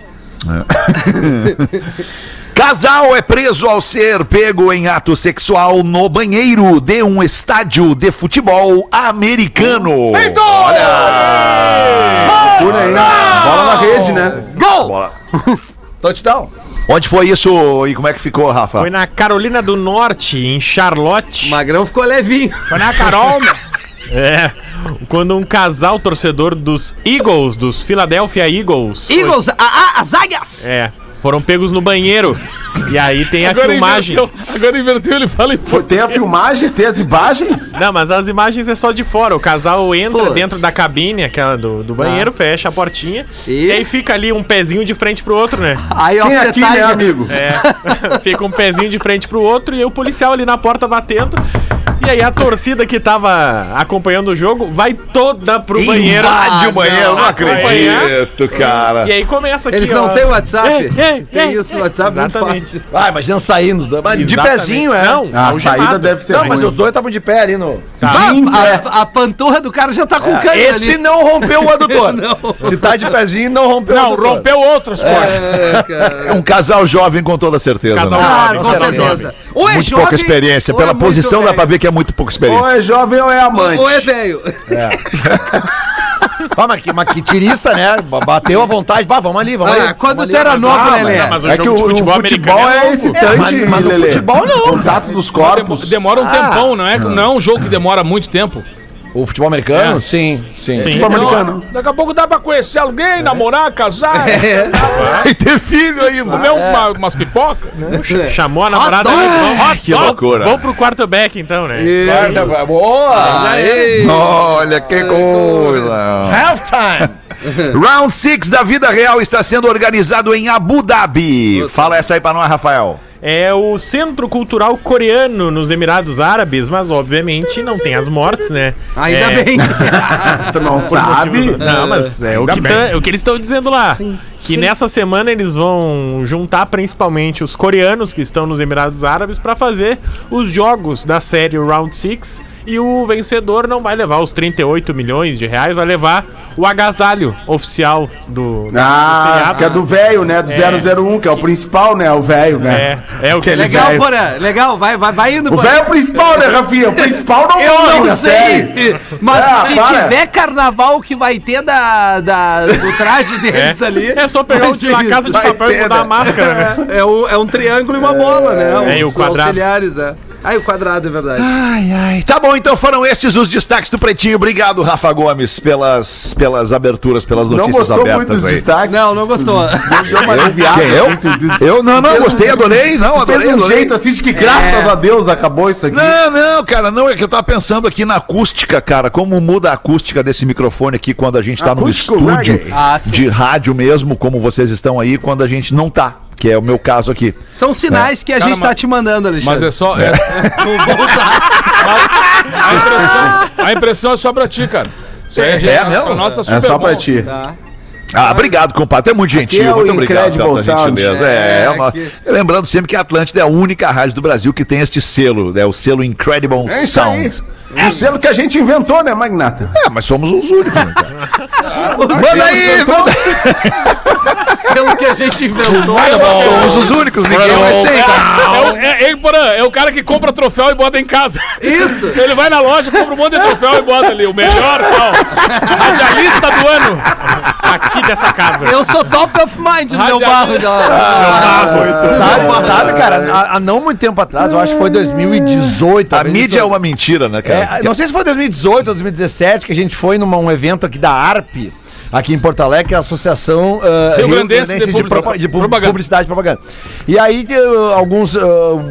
Speaker 2: Casal é preso ao ser pego em ato sexual no banheiro de um estádio de futebol
Speaker 8: Uh,
Speaker 2: americano.
Speaker 7: Por aí. Bola na rede, né?
Speaker 6: Gol!
Speaker 5: Touchdown.
Speaker 2: Onde foi isso e como é que ficou, Rafa?
Speaker 8: Foi na Carolina do Norte, em Charlotte.
Speaker 6: Magrão ficou levinho.
Speaker 8: Foi na Carol, meu. É. Quando um casal torcedor dos Eagles, dos Philadelphia Eagles. foi-
Speaker 6: Eagles, a, a, as águias!
Speaker 8: é. Foram pegos no banheiro. E aí tem a
Speaker 3: agora então,
Speaker 8: filmagem.
Speaker 3: Inverteu, agora inverteu, ele fala em
Speaker 7: Foi- Tem a
Speaker 3: português.
Speaker 7: filmagem, tem as imagens.
Speaker 8: Não, mas as imagens é só de fora. O casal entra
Speaker 6: Putz.
Speaker 8: dentro da cabine, aquela do, do banheiro, fecha a portinha.
Speaker 6: E?
Speaker 8: E... aí fica ali um pezinho de frente pro outro, né?
Speaker 6: Aí, ó,
Speaker 7: Tem aqui, né, amigo?
Speaker 8: É. fica um pezinho de frente pro outro e o policial ali na porta batendo. E Olha, e a torcida que tava acompanhando o jogo vai toda pro banheiro.
Speaker 6: Ah,
Speaker 2: Invade o banheiro, não
Speaker 8: Acompanhar.
Speaker 2: acredito, cara.
Speaker 8: E aí começa aqui,
Speaker 6: Eles
Speaker 8: ó.
Speaker 6: não têm um WhatsApp.
Speaker 8: É, é,
Speaker 6: Tem
Speaker 8: é,
Speaker 6: isso,
Speaker 8: é.
Speaker 6: WhatsApp é muito
Speaker 8: Exatamente.
Speaker 6: fácil.
Speaker 5: Ah, imagina saindo. Da...
Speaker 2: De pezinho, é.
Speaker 8: Não,
Speaker 5: Ah,
Speaker 7: A
Speaker 8: algemado.
Speaker 7: saída deve ser
Speaker 5: Não,
Speaker 7: ruim.
Speaker 5: mas os dois estavam de pé ali no.
Speaker 8: Tá.
Speaker 6: Ah,
Speaker 7: Sim,
Speaker 6: a,
Speaker 7: é.
Speaker 6: a panturra do cara já tá
Speaker 8: É,
Speaker 6: com câncer
Speaker 5: Esse
Speaker 6: ali.
Speaker 5: não rompeu o adutor.
Speaker 6: Não.
Speaker 5: Se tá de pezinho, não rompeu o
Speaker 3: Não,
Speaker 5: adutor.
Speaker 3: rompeu outras coisas.
Speaker 6: É, cara.
Speaker 2: É um casal jovem com toda certeza.
Speaker 8: Casal
Speaker 2: né?
Speaker 8: jovem.
Speaker 6: Ah,
Speaker 8: não
Speaker 6: com
Speaker 8: será
Speaker 6: certeza. Ou é
Speaker 2: muito
Speaker 6: jovem,
Speaker 2: pouca experiência.
Speaker 6: ou
Speaker 2: Pela
Speaker 6: é muito
Speaker 2: posição dá
Speaker 6: velho.
Speaker 2: pra ver que é muito pouca
Speaker 7: Ou
Speaker 2: experiência.
Speaker 7: é jovem ou é amante.
Speaker 6: Ou é velho.
Speaker 5: Ah, mas que, mas que tiriça, né? B- Bateu à vontade. Bah, vamos ali, vamos
Speaker 6: Ah,
Speaker 5: ali.
Speaker 6: quando
Speaker 5: vamos
Speaker 6: tu era novo, Lelé.
Speaker 8: Ah, mas o
Speaker 7: É
Speaker 8: jogo
Speaker 7: que o,
Speaker 8: de futebol,
Speaker 7: o
Speaker 8: americano
Speaker 7: futebol é,
Speaker 8: longo.
Speaker 7: excitante,
Speaker 5: É, mas- mas no
Speaker 7: Lelê.
Speaker 5: futebol não.
Speaker 7: O contato dos
Speaker 3: Demo-
Speaker 7: corpos.
Speaker 3: Demora um tempão, não é?
Speaker 7: Ah.
Speaker 3: Não é um jogo que demora muito tempo. Então,
Speaker 5: O futebol americano? Sim, sim.
Speaker 8: Sim.
Speaker 7: é Futebol americano.
Speaker 3: Daqui a pouco dá pra conhecer alguém,
Speaker 7: É.
Speaker 3: namorar, casar,
Speaker 6: É.
Speaker 2: E ter filho ainda.
Speaker 3: comer uma- umas pipocas.
Speaker 8: Chamou a namorada.
Speaker 6: Hot dog!
Speaker 8: vamos-
Speaker 2: Ah, que
Speaker 8: vamos-
Speaker 2: loucura.
Speaker 8: Vamos pro quarterback, então, né?
Speaker 5: Quarta- Boa!
Speaker 6: Ei,
Speaker 2: Olha que coisa.
Speaker 5: Halftime!
Speaker 8: é.
Speaker 2: Round 6 da vida real está sendo organizado em Abu Dhabi. Fala essa aí pra nós, Rafael.
Speaker 8: É o Centro Cultural Coreano nos Emirados Árabes, mas obviamente não tem as mortes, né?
Speaker 6: Ainda
Speaker 8: É,
Speaker 6: bem.
Speaker 8: Tá
Speaker 7: Tu não sabe?
Speaker 8: Não, mas é o que, tá- o que eles estão dizendo lá. Que nessa semana eles vão juntar principalmente os coreanos que estão nos Emirados Árabes para fazer os jogos da série Round 6 e o vencedor não vai levar os 38 milhões de reais, vai levar o agasalho oficial do, da- do
Speaker 7: Ah,
Speaker 8: seriado.
Speaker 7: que é do velho, né? Do
Speaker 8: É.
Speaker 7: 001, que é o principal, né? O velho, né?
Speaker 8: É, é o que
Speaker 7: Aquele
Speaker 8: ele
Speaker 6: Legal,
Speaker 7: velho.
Speaker 6: Porã. Legal, vai, vai, vai indo,
Speaker 7: O velho é o principal, né, Rafinha? O principal
Speaker 2: é
Speaker 7: não
Speaker 6: Eu
Speaker 7: morre
Speaker 6: não
Speaker 7: na série.
Speaker 6: sei, mas
Speaker 7: Ah,
Speaker 6: se
Speaker 7: para.
Speaker 6: tiver carnaval que vai ter da, da- do traje deles ali.
Speaker 8: É só pegar
Speaker 6: vai
Speaker 8: o de
Speaker 6: ser
Speaker 8: La
Speaker 6: isso.
Speaker 8: Casa de
Speaker 7: Vai
Speaker 8: Papel e
Speaker 7: ter,
Speaker 8: mudar
Speaker 7: né?
Speaker 8: a máscara, né?
Speaker 6: É, o- é um triângulo e uma bola, né?
Speaker 8: É, e o quadrado.
Speaker 6: auxiliares, é. Aí o quadrado, é verdade.
Speaker 2: Tá bom, então foram estes os destaques do Pretinho. Obrigado, Rafa Gomes, pelas, pelas aberturas, pelas
Speaker 7: Não
Speaker 2: notícias
Speaker 7: gostou muito
Speaker 2: abertas
Speaker 7: dos
Speaker 2: aí.
Speaker 7: destaques.
Speaker 6: Não, não gostou.
Speaker 8: Uhum.
Speaker 7: Deu uma aliviada.
Speaker 2: Quem, eu? Eu não, não, gostei, adorei, não,
Speaker 7: um Fez
Speaker 2: adorei,
Speaker 7: um
Speaker 2: adorei.
Speaker 7: jeito assim de que graças a Deus acabou isso aqui.
Speaker 2: Não, não, cara, não, é que eu tava pensando aqui na acústica, cara, como muda a acústica desse microfone aqui quando a gente tá
Speaker 7: Acústico,
Speaker 2: no estúdio
Speaker 7: reggae.
Speaker 6: Ah, sim.
Speaker 2: de rádio mesmo, como vocês estão aí, quando a gente não tá, que é o meu caso aqui.
Speaker 6: São
Speaker 8: É.
Speaker 6: sinais que a gente tá te mandando,
Speaker 3: Mas
Speaker 6: Alexandre.
Speaker 3: é só. é- a, impressão, a impressão é só pra ti, cara. Isso aí, a gente,
Speaker 2: É mesmo?
Speaker 3: Pra nós tá super
Speaker 7: É só pra
Speaker 3: bom.
Speaker 7: ti.
Speaker 2: Ah, obrigado, compadre. É muito gentil.
Speaker 7: Aqui é o
Speaker 2: muito obrigado
Speaker 7: Incredible
Speaker 2: pela tua
Speaker 7: Sound.
Speaker 2: gentileza. É, é uma- Lembrando sempre que a Atlântida é a única rádio do Brasil que tem este selo, né? O selo Incredible
Speaker 7: É isso aí.
Speaker 2: Sound.
Speaker 7: O Um selo que a gente inventou, né, Magnata?
Speaker 2: É, mas somos os únicos. né, cara?
Speaker 6: manda aí, manda
Speaker 8: é
Speaker 6: Selo que a gente inventou.
Speaker 2: somos os únicos, ninguém mais tem. cara.
Speaker 3: Tá É, o- é, é, Porã, é o cara que compra troféu e bota em casa.
Speaker 6: Isso.
Speaker 3: Ele vai na loja, compra um monte de troféu e bota ali. O melhor, tal. Radialista do ano.
Speaker 8: Aqui dessa casa.
Speaker 6: Eu sou top of mind no meu barro.
Speaker 8: Ah,
Speaker 5: Sabe, sabe, cara, há, há não muito tempo atrás, eu acho que foi 2018.
Speaker 2: A
Speaker 5: talvez
Speaker 2: mídia é
Speaker 5: isso-
Speaker 2: uma mentira, né, cara?
Speaker 5: É, não sei se foi 2018 ou 2017 que a gente foi num evento aqui da ARP, aqui em Porto Alegre, que é a Associação ah,
Speaker 3: Rio Grandense de
Speaker 5: Propa-
Speaker 3: Publicidade-
Speaker 5: de Pu-
Speaker 3: Propaganda.
Speaker 5: Publicidade e Propaganda. E aí que, ah, alguns ah,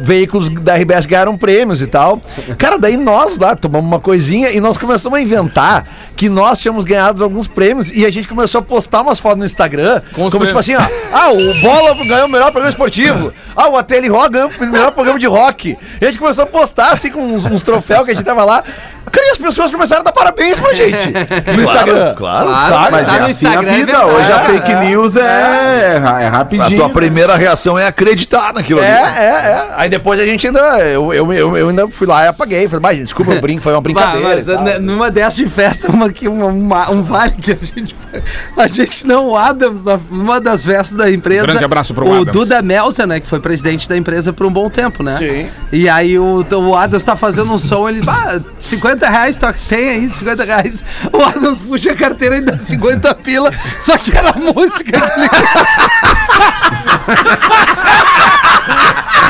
Speaker 5: veículos da RBS ganharam prêmios e tal. Cara, daí nós lá tomamos uma coisinha e nós começamos a inventar que nós tínhamos ganhado alguns prêmios e a gente começou a postar umas fotos no Instagram,
Speaker 3: Com os
Speaker 5: como tipo
Speaker 3: prêmios.
Speaker 5: assim, ó, ah, o Bola ganhou o melhor programa esportivo. Ah, o ATL Rock ganhou o melhor programa de rock. E a gente começou a postar, assim, com uns, uns troféus que a gente tava lá. Cara, e as pessoas começaram a dar parabéns pra gente no Instagram.
Speaker 2: Claro.
Speaker 6: Claro,
Speaker 7: Mas
Speaker 6: tá
Speaker 7: é
Speaker 6: no
Speaker 7: assim a
Speaker 6: Instagram, é
Speaker 7: vida.
Speaker 6: verdade.
Speaker 7: Hoje a fake news é, é, ra- é
Speaker 2: A
Speaker 7: rapidinho.
Speaker 2: tua primeira reação é acreditar naquilo
Speaker 5: É,
Speaker 2: ali.
Speaker 5: é, é. Aí depois a gente ainda. Eu, eu, eu, eu ainda fui lá e apaguei. Falei, mas desculpa, eu brinco, foi uma
Speaker 6: Bah,
Speaker 5: brincadeira.
Speaker 6: mas
Speaker 5: e tal.
Speaker 6: né, numa dessas de festa, uma, que- uma- uma- um vale que a gente a gente não, o Adams, na- numa das festas da empresa.
Speaker 3: Grande abraço pro
Speaker 6: O
Speaker 3: Adams.
Speaker 6: Duda Melzer, né, que foi presidente da empresa por um bom tempo, né? Sim. E aí o, o Adams tá fazendo um som, ele, ah, 50 reais, toca, tem aí, 50 reais. O Adams puxa a carteira e dá 50 pila, só que era música. né?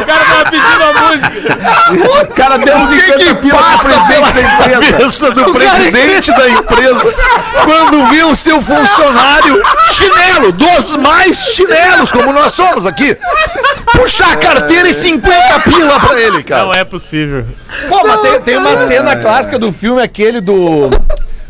Speaker 3: O cara tava pedindo a música.
Speaker 7: O cara deu 50 pila pro presidente da empresa.
Speaker 2: Cabeça do presidente da empresa quando viu o seu funcionário chinelo, dos mais chinelos, como nós somos aqui, puxar a carteira e 50 pila pra ele, cara.
Speaker 8: Não é possível.
Speaker 5: Pô, mas tem, tem uma cena clássica do filme, aquele do.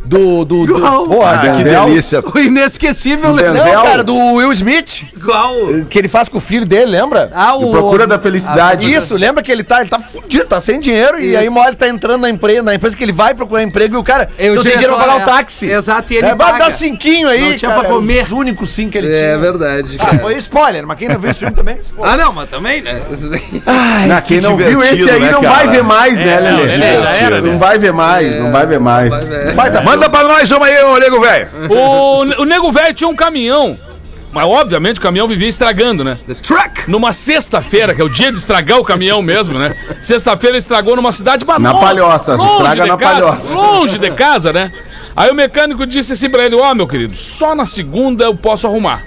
Speaker 5: do. do, do
Speaker 6: Igual.
Speaker 5: Porra,
Speaker 2: Ah, que
Speaker 5: do-
Speaker 2: delícia.
Speaker 6: O inesquecível,
Speaker 7: Entendeu?
Speaker 6: Leandro.
Speaker 5: Não, cara, do Will Smith,
Speaker 6: Igual.
Speaker 5: que ele faz com o filho dele, lembra?
Speaker 6: Ah,
Speaker 7: E Procura da Felicidade.
Speaker 5: Isso, lembra que ele tá, ele tá fudido, tá sem dinheiro, e
Speaker 6: Isso.
Speaker 5: aí uma hora ele tá entrando na empresa, na empresa que ele vai procurar emprego e o cara
Speaker 6: É, o
Speaker 5: não tem dinheiro pra
Speaker 6: diretor,
Speaker 5: pagar o
Speaker 6: é.
Speaker 5: táxi.
Speaker 6: Exato, e ele
Speaker 5: é, vai
Speaker 6: paga.
Speaker 5: dar cinquinho aí,
Speaker 6: Não tinha pra
Speaker 5: era
Speaker 6: comer.
Speaker 5: Os únicos cinco que ele
Speaker 6: É
Speaker 5: tinha.
Speaker 6: verdade.
Speaker 5: Ah, foi spoiler, mas quem não viu esse filme também, se
Speaker 6: Ah, não, mas também, né?
Speaker 7: Ah, quem
Speaker 2: que
Speaker 7: não viu
Speaker 2: divertido,
Speaker 7: esse aí
Speaker 2: né,
Speaker 7: não
Speaker 2: cara?
Speaker 7: vai ver mais, né,
Speaker 8: É, não,
Speaker 7: Lelê?
Speaker 8: ele já era, né?
Speaker 7: Não vai ver mais, não vai ver mais.
Speaker 2: Manda pra nós uma aí, ô nego velho.
Speaker 3: O, o nego velho tinha um caminhão. Mas obviamente o caminhão vivia estragando, né?
Speaker 6: The Truck.
Speaker 3: Numa sexta-feira, que é o dia de estragar o caminhão mesmo, né? Sexta-feira ele estragou numa cidade banal.
Speaker 7: Na Palhoça,
Speaker 3: longe
Speaker 7: estraga
Speaker 3: de
Speaker 7: na
Speaker 3: casa,
Speaker 7: Palhoça.
Speaker 3: Longe de casa, né? Aí o mecânico disse assim pra ele: Ó, meu querido, só na segunda eu posso arrumar.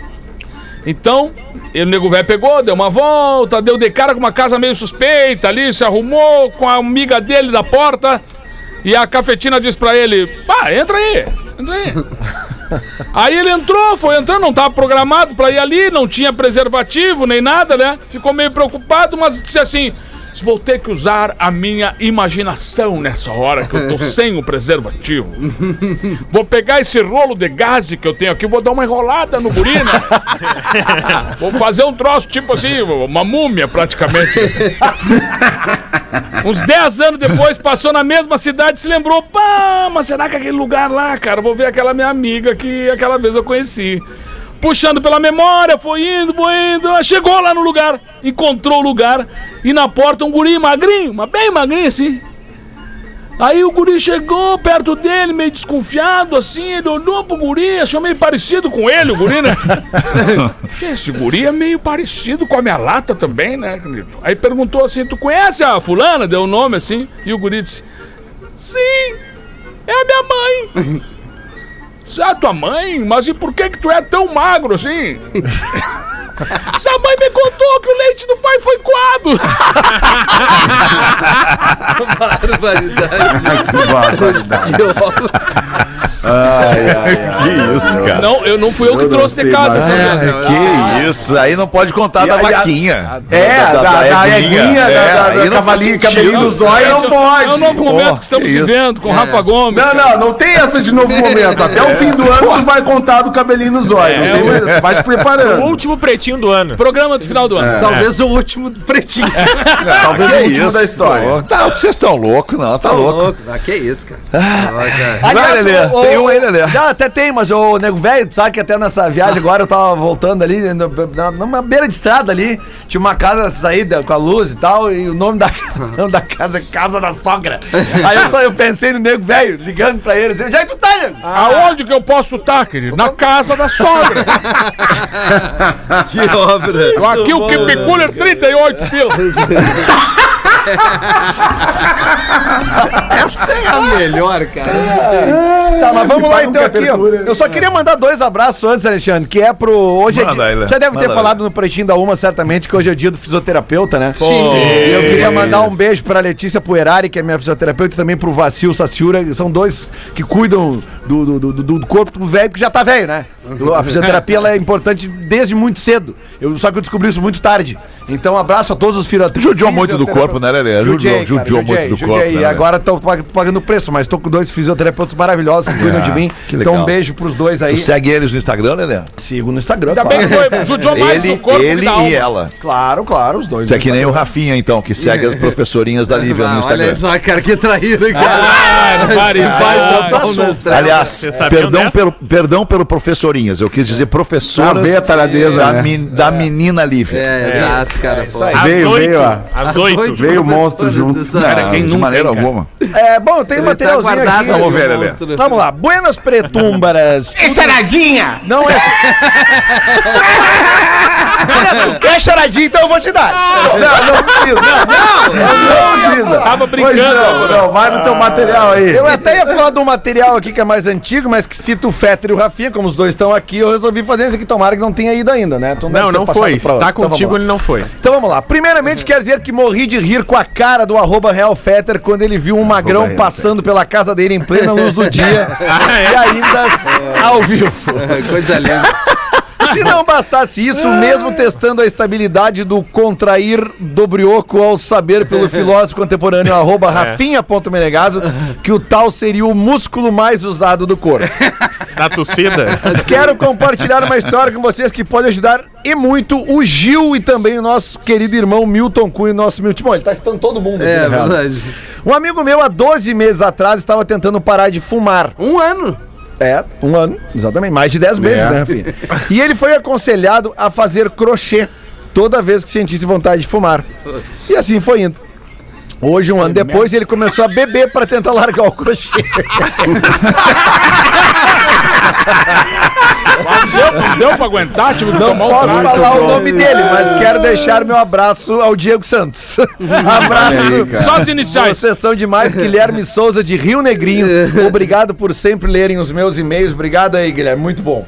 Speaker 3: Então, ele, o nego velho pegou, deu uma volta, deu de cara com uma casa meio suspeita ali, se arrumou com a amiga dele da porta. E a cafetina diz pra ele: Pá, entra aí, entra aí. Aí ele entrou, foi entrando, não tava programado pra ir ali, não tinha preservativo nem nada, né? Ficou meio preocupado, mas disse assim: vou ter que usar a minha imaginação nessa hora que eu tô sem o preservativo. Vou pegar esse rolo de gás que eu tenho aqui, vou dar uma enrolada no guri, né? Vou fazer um troço tipo assim, uma múmia praticamente. Uns 10 anos depois, passou na mesma cidade e se lembrou: pá, mas será que aquele lugar lá, cara? Vou ver aquela minha amiga que aquela vez eu conheci. Puxando pela memória, foi indo, foi indo, ela chegou lá no lugar, encontrou o lugar e na porta um guri magrinho, mas bem magrinho assim. Aí o guri chegou perto dele, meio desconfiado, assim, ele olhou pro guri, achou meio parecido com ele, o guri, né? Che, Esse guri é meio parecido com a minha lata também, né? querido? Aí perguntou assim, tu conhece a fulana? Deu o nome, assim, e o guri disse, sim, é a minha mãe. "Você é a tua mãe? Mas e por que que tu é tão magro assim? Essa mãe me contou que o leite do pai foi coado.
Speaker 6: Barbaridade.
Speaker 2: Que isso, cara.
Speaker 3: Não, eu não fui eu que trouxe de casa. essa
Speaker 7: mais.
Speaker 3: merda.
Speaker 2: Que isso, aí não pode contar
Speaker 7: E
Speaker 2: da
Speaker 7: aí, a-
Speaker 2: vaquinha.
Speaker 7: É, da, da, da eguinha,
Speaker 2: É,
Speaker 7: da,
Speaker 2: aí
Speaker 7: da,
Speaker 2: não
Speaker 7: da
Speaker 2: faz
Speaker 7: cavalinho,
Speaker 2: sentido.
Speaker 7: cabelinho do zóio, não pode. É.
Speaker 3: É um novo momento que estamos
Speaker 2: que isso.
Speaker 3: vivendo com o Rafa Gomes.
Speaker 7: Não,
Speaker 3: cara.
Speaker 7: não, não tem essa de novo momento. Até o fim do ano tu vai contar do cabelinho no zóio. não tem mais- vai se
Speaker 8: O
Speaker 7: preparando.
Speaker 8: último pretinho do ano.
Speaker 3: Programa do final do ano.
Speaker 7: É.
Speaker 6: Talvez o último do pretinho.
Speaker 7: Talvez
Speaker 2: Ah, Que é
Speaker 7: o último
Speaker 2: isso,
Speaker 7: da história.
Speaker 2: pô. Tá, vocês estão loucos, não, tá louco.
Speaker 6: Ah, que isso, cara. Ah, cara.
Speaker 5: Aliás,
Speaker 2: Lelê,
Speaker 5: o- o-
Speaker 2: tem um aí, Lelê.
Speaker 5: Não, até tem, mas o nego velho, tu sabe que até nessa viagem agora eu tava voltando ali, né, no- na- numa beira de estrada ali, tinha uma casa saída com a luz e tal, e o nome da, o nome da casa é Casa da Sogra. Aí eu, só, eu pensei no nego velho, ligando pra ele, dizendo, onde é que tu tá, nego?
Speaker 3: Aonde que eu posso estar, querido? Na casa da sogra.
Speaker 6: Que obra.
Speaker 3: Aqui o Keep Cooler 38 mil.
Speaker 6: Essa é a melhor, cara.
Speaker 5: Tá, mas vamos lá então
Speaker 7: nunca
Speaker 5: aqui, ó.
Speaker 7: abertura.
Speaker 5: Eu só queria mandar dois abraços antes, Alexandre, que é pro. Hoje é
Speaker 2: Manda,
Speaker 5: dia-
Speaker 2: Aila.
Speaker 5: Já deve ter
Speaker 2: Manda,
Speaker 5: falado no Pretinho da Uma, certamente, que hoje é dia do fisioterapeuta, né?
Speaker 6: Sim.
Speaker 5: E eu queria mandar um beijo pra Letícia Puerari, que é minha fisioterapeuta, e também pro Vacil Saciura, que são dois que cuidam do, do, do, do- do corpo do velho, que já tá velho, né? A fisioterapia ela é importante desde muito cedo. Eu, só que eu descobri isso muito tarde. Então, abraço a todos os fisioterapeutas.
Speaker 2: Judiou muito do corpo, né, Lelê? Judiou,
Speaker 5: Judiei, cara,
Speaker 2: judiou muito do corpo, né,
Speaker 5: E
Speaker 2: Lelê?
Speaker 5: agora estão pagando preço, mas tô com dois fisioterapeutas maravilhosos que cuidam de mim.
Speaker 2: Ah, que
Speaker 5: Então,
Speaker 2: legal.
Speaker 5: um beijo pros dois aí.
Speaker 2: Tu segue eles no Instagram, Lelê?
Speaker 5: Sigo no Instagram,
Speaker 3: Ainda bem que
Speaker 5: claro.
Speaker 3: foi, judiou mais
Speaker 2: Ele,
Speaker 3: do corpo que
Speaker 2: ele
Speaker 3: da alma.
Speaker 2: e ela.
Speaker 5: Claro, claro, os dois.
Speaker 2: Tu é que nem o Rafinha, então, que segue as professorinhas da Lívia no
Speaker 6: Ah,
Speaker 2: Instagram.
Speaker 6: olha só, cara, que traíra, cara.
Speaker 3: Ah, não pare,
Speaker 6: Vai
Speaker 3: vai,
Speaker 6: do
Speaker 3: vai.
Speaker 6: pau nas trevas.
Speaker 2: Aliás,
Speaker 8: Vocês sabiam
Speaker 2: perdão
Speaker 8: dessa?
Speaker 2: pelo, perdão pelo professorinhas, eu quis dizer
Speaker 7: Pra
Speaker 2: professoras
Speaker 7: ver a taradeza,
Speaker 2: da,
Speaker 7: né?
Speaker 2: men- da menina Lívia.
Speaker 6: É, exato, cara. pô.
Speaker 7: aí. Veio,
Speaker 8: oito.
Speaker 7: veio, ó.
Speaker 8: Às oito.
Speaker 7: veio o monstro
Speaker 6: professores,
Speaker 7: junto.
Speaker 6: exato.
Speaker 2: Cara,
Speaker 3: quem
Speaker 2: de
Speaker 3: nunca,
Speaker 2: maneira
Speaker 3: hein, cara?
Speaker 2: alguma.
Speaker 5: É, bom, tem um
Speaker 6: Ele tá
Speaker 5: materialzinho
Speaker 6: guardado.
Speaker 5: aqui.
Speaker 2: Vamos ver, Lelê.
Speaker 5: Vamos lá, Buenas Pretumbaras.
Speaker 4: Que charadinha!
Speaker 5: Não é. Olha, tu quer charadinha, então eu vou te dar.
Speaker 7: Não, não precisa. Não, não precisa.
Speaker 3: Tava
Speaker 7: Pois
Speaker 3: brincando.
Speaker 7: não, não, vai no teu material aí.
Speaker 5: Eu até ia falar de um material aqui que é mais antigo, mas que cita o Fetter e o Rafinha, como os dois estão aqui, eu resolvi fazer isso aqui. Tomara que não tenha ido ainda, né? Tu deve
Speaker 8: Não,
Speaker 5: ter
Speaker 8: não
Speaker 5: passado
Speaker 8: foi.
Speaker 5: pra
Speaker 8: Se
Speaker 5: outra.
Speaker 8: tá
Speaker 5: Então vamos
Speaker 8: contigo,
Speaker 5: lá.
Speaker 8: ele não foi.
Speaker 5: Então vamos lá. Primeiramente, quero dizer que morri de rir com a cara do arroba Real Fetter quando ele viu um magrão passando pela casa dele em plena luz do dia
Speaker 8: Ah, é?
Speaker 5: e ainda s- ao vivo.
Speaker 6: Coisa É, linda.
Speaker 5: Se não bastasse isso, mesmo testando a estabilidade do contrair do brioco ao saber pelo filósofo contemporâneo
Speaker 8: É.
Speaker 5: arroba rafinha.menegaso que o tal seria o músculo mais usado do corpo.
Speaker 8: Na torcida.
Speaker 5: Quero compartilhar uma história com vocês que pode ajudar e muito o Gil e também o nosso querido irmão Milton Cunha, nosso Milton. Bom, ele tá citando todo mundo. aqui,
Speaker 6: É,
Speaker 5: na real.
Speaker 6: verdade.
Speaker 5: Um amigo meu, há 12 meses atrás, estava tentando parar de fumar.
Speaker 6: Um ano.
Speaker 5: É, um ano, exatamente. Mais de 10 meses, né, Rafinha? E ele foi aconselhado a fazer crochê toda vez que sentisse vontade de fumar. E assim foi indo. Hoje, um ano depois, ele começou a beber para tentar largar o crochê.
Speaker 3: Deu, deu pra aguentar? Tive que
Speaker 5: Não
Speaker 3: tomar um
Speaker 5: posso
Speaker 3: trago.
Speaker 5: falar o nome dele,
Speaker 7: É.
Speaker 5: mas quero deixar meu abraço ao Diego Santos. abraço.
Speaker 3: Só as iniciais.
Speaker 5: Vocês são demais, Guilherme Souza de Rio Negrinho. Obrigado por sempre lerem os meus e-mails. Obrigado aí, Guilherme. Muito bom.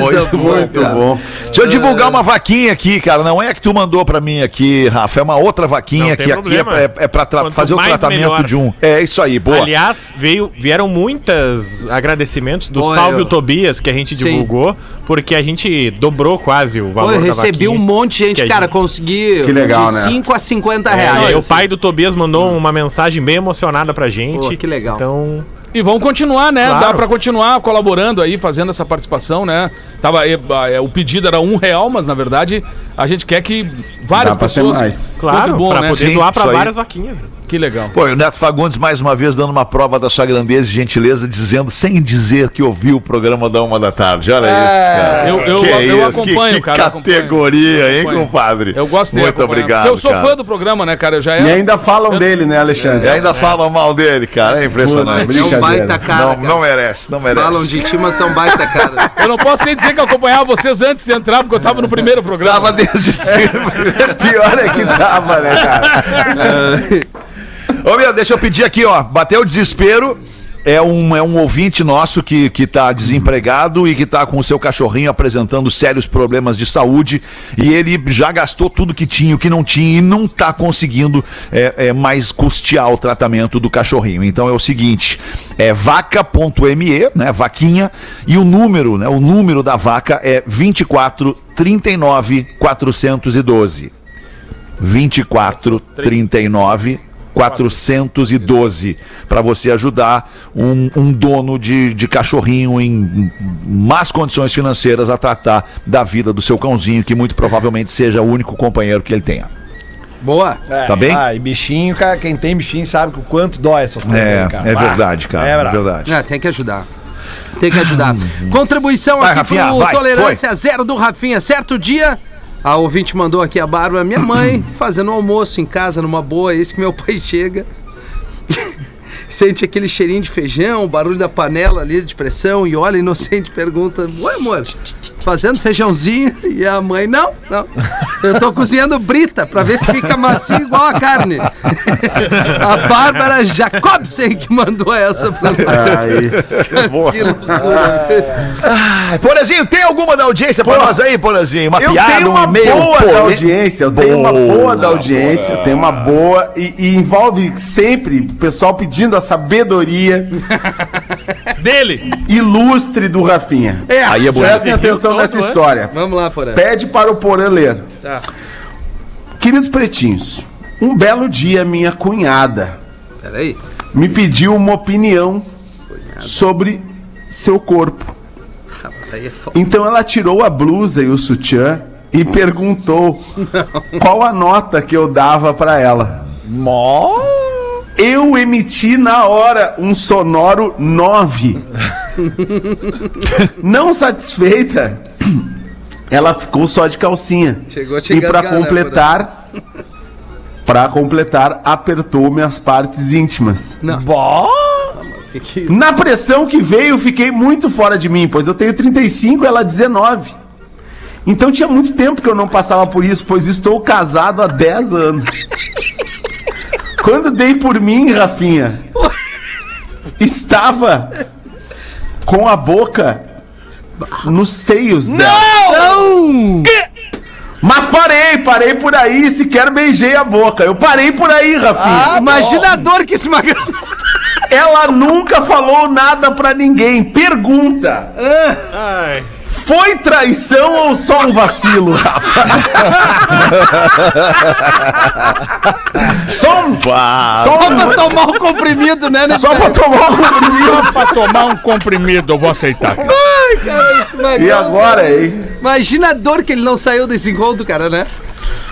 Speaker 6: Coisa boa, cara.
Speaker 7: bom.
Speaker 2: Deixa eu divulgar uma vaquinha aqui, cara. Não é a que tu mandou pra mim aqui, Rafa. É uma outra vaquinha
Speaker 8: Não, tem
Speaker 2: que aqui é,
Speaker 8: problema.
Speaker 2: pra- é pra tra-
Speaker 8: Quanto
Speaker 2: fazer o
Speaker 8: mais,
Speaker 2: tratamento
Speaker 8: melhor.
Speaker 2: de um. É isso aí, boa.
Speaker 8: Aliás, veio, vieram muitas agradecimentos do
Speaker 6: Foi,
Speaker 8: Salve
Speaker 6: eu-
Speaker 8: o Tobias que a gente
Speaker 6: Sim.
Speaker 8: divulgou, porque a gente dobrou quase o
Speaker 6: Pô,
Speaker 8: valor
Speaker 6: eu
Speaker 8: da
Speaker 6: recebi
Speaker 8: vaquinha.
Speaker 6: um monte de
Speaker 8: Que a
Speaker 6: gente, cara, consegui
Speaker 7: Que legal,
Speaker 6: de
Speaker 7: né?
Speaker 6: 5 a 50
Speaker 8: É,
Speaker 6: reais.
Speaker 8: e aí o
Speaker 6: assim.
Speaker 8: pai do Tobias mandou uma mensagem bem emocionada pra gente.
Speaker 6: Pô, que legal.
Speaker 8: Então,
Speaker 3: E vamos continuar, né?
Speaker 8: Claro.
Speaker 3: Dá pra continuar colaborando aí, fazendo essa participação, né? Tava, eh, bah, eh, o pedido era um real, mas na verdade a gente quer que várias
Speaker 7: Dá pra ser
Speaker 3: pessoas.
Speaker 7: mais.
Speaker 8: claro,
Speaker 3: Muito bom,
Speaker 8: pra
Speaker 3: né?
Speaker 8: poder
Speaker 2: Sim,
Speaker 8: doar pra
Speaker 2: isso aí.
Speaker 8: várias vaquinhas. né?
Speaker 3: Que legal.
Speaker 2: Pô, e o Neto Fagundes, mais uma vez, dando uma prova da sua grandeza e gentileza, dizendo, sem dizer que ouviu o programa da Uma da Tarde.
Speaker 6: É.
Speaker 2: Olha isso, cara.
Speaker 3: eu- eu-
Speaker 2: Que
Speaker 3: eu
Speaker 2: isso,
Speaker 3: acompanho,
Speaker 2: que, que
Speaker 3: cara, eu acompanho.
Speaker 2: categoria, hein,
Speaker 3: Acompanho.
Speaker 2: compadre?
Speaker 3: Eu gosto dele.
Speaker 2: Muito
Speaker 3: acompanhar.
Speaker 2: obrigado,
Speaker 3: Eu sou
Speaker 2: cara.
Speaker 3: fã do programa, né, cara? Eu já era.
Speaker 7: E ainda falam
Speaker 3: Eu-
Speaker 7: dele, né,
Speaker 2: E
Speaker 7: Alexandre?
Speaker 5: É.
Speaker 2: ainda falam mal dele, cara. É
Speaker 7: Pô,
Speaker 2: impressionante.
Speaker 7: brincadeira.
Speaker 6: É um baita cara.
Speaker 2: não,
Speaker 6: cara.
Speaker 2: não merece, não merece.
Speaker 6: Falam de ti, mas tão baita cara.
Speaker 3: Eu não posso nem dizer que eu acompanhava vocês antes de entrar, porque eu tava no primeiro programa.
Speaker 2: Tava
Speaker 6: É.
Speaker 2: desde sempre.
Speaker 7: Pior é que tava, né, cara?
Speaker 2: Ô, meu, deixa eu pedir aqui, ó. Bateu o desespero. É um, é um ouvinte nosso que, que tá desempregado e que tá com o seu cachorrinho apresentando sérios problemas de saúde. E ele já gastou tudo que tinha, o que não tinha, e não tá conseguindo é, é, mais custear o tratamento do cachorrinho. Então é o seguinte: é vaca.me, né? Vaquinha, e o número, né? O número da vaca é 24 39 412. 24 39 412 para você ajudar um, um dono de, de cachorrinho em más condições financeiras a tratar da vida do seu cãozinho, que muito provavelmente seja o único companheiro que ele tenha.
Speaker 6: Boa.
Speaker 2: Tá bem?
Speaker 5: Ah, e bichinho, cara, quem tem bichinho sabe o quanto dói essas coisas.
Speaker 2: É,
Speaker 5: né, cara.
Speaker 2: é
Speaker 5: Bah.
Speaker 2: verdade, cara.
Speaker 5: É
Speaker 2: É
Speaker 5: brabo.
Speaker 2: verdade. Hum.
Speaker 6: É, tem que ajudar. Tem que ajudar. Contribuição
Speaker 2: Vai,
Speaker 6: aqui
Speaker 2: Rafinha,
Speaker 6: pro
Speaker 2: vai,
Speaker 6: Tolerância Zero do Rafinha. Certo dia, a ouvinte mandou aqui a Bárbara, minha mãe, fazendo um almoço em casa numa boa, eis que meu pai chega. Sente aquele cheirinho de feijão, o barulho da panela ali de pressão e olha inocente e pergunta: Oi, amor, fazendo feijãozinho? E a mãe: Não, não. Eu tô cozinhando brita pra ver se fica macio igual a carne. a Bárbara Jacobsen que mandou essa pra nós. Que loucura.
Speaker 2: Ah, Porazinho, tem alguma da audiência pra nós aí, Porazinho? Uma
Speaker 7: Eu
Speaker 2: piada,
Speaker 7: tenho uma
Speaker 2: um e-mail?
Speaker 7: boa
Speaker 2: polê-
Speaker 7: da audiência, eu tenho uma boa
Speaker 2: Boa,
Speaker 7: da audiência, eu tenho uma boa e, e envolve sempre o pessoal pedindo a sabedoria
Speaker 3: Dele!
Speaker 7: ilustre do Rafinha.
Speaker 6: É,
Speaker 2: Aí é bom.
Speaker 7: Prestem atenção nessa história.
Speaker 6: Vamos lá, Porã.
Speaker 7: Pede para o Porã ler.
Speaker 6: Tá.
Speaker 7: Queridos pretinhos, um belo dia minha cunhada
Speaker 6: Peraí.
Speaker 7: me pediu uma opinião sobre seu corpo.
Speaker 6: Ah, mas aí é foda.
Speaker 7: Então ela tirou a blusa e o sutiã e perguntou qual a nota que eu dava pra ela. Eu emiti na hora um sonoro 9. Não satisfeita, ela ficou só de calcinha.
Speaker 6: Chegou a te
Speaker 7: E pra
Speaker 6: engasgar, né,
Speaker 7: completar, pra completar, apertou minhas partes íntimas.
Speaker 6: Que que- é
Speaker 7: Na pressão que veio, fiquei muito fora de mim, pois eu tenho 35, ela 19. Então tinha muito tempo que eu não passava por isso, pois estou casado há 10 anos. Quando dei por mim, Rafinha, estava com a boca nos seios dela.
Speaker 6: Não!
Speaker 7: Mas parei, parei por aí, sequer beijei a boca. Eu parei por aí, Rafinha.
Speaker 6: Imagina a dor que esse magrão.
Speaker 7: Ela nunca falou nada pra ninguém. Pergunta: Foi traição ou só um vacilo? só um. Só
Speaker 6: Só pra
Speaker 7: um.
Speaker 6: tomar o comprimido, né? né?
Speaker 7: Só pra tomar um
Speaker 3: Só
Speaker 7: comprimido.
Speaker 3: pra tomar um comprimido, eu vou aceitar.
Speaker 6: Ai, cara, esse magrão,
Speaker 7: E agora,
Speaker 6: cara.
Speaker 7: hein?
Speaker 6: Imagina a dor que ele não saiu desse encontro, cara, né?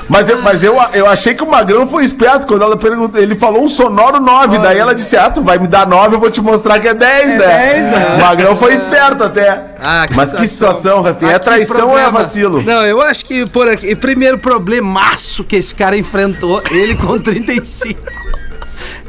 Speaker 7: Mas, eu, mas eu, eu achei que o Magrão foi esperto quando ela perguntou. Ele falou um sonoro 9, daí ela disse: Ah, tu vai me dar 9, eu vou te mostrar que é 10, né?
Speaker 6: 10, né?
Speaker 7: O Magrão foi esperto até.
Speaker 6: Ah, que
Speaker 7: mas que
Speaker 6: situação.
Speaker 7: situação, Rafinha.
Speaker 6: Ah,
Speaker 7: É
Speaker 6: que
Speaker 7: traição ou é
Speaker 6: problema.
Speaker 7: vacilo?
Speaker 6: Não, eu acho que por aqui. Primeiro problemaço que esse cara enfrentou, ele com 35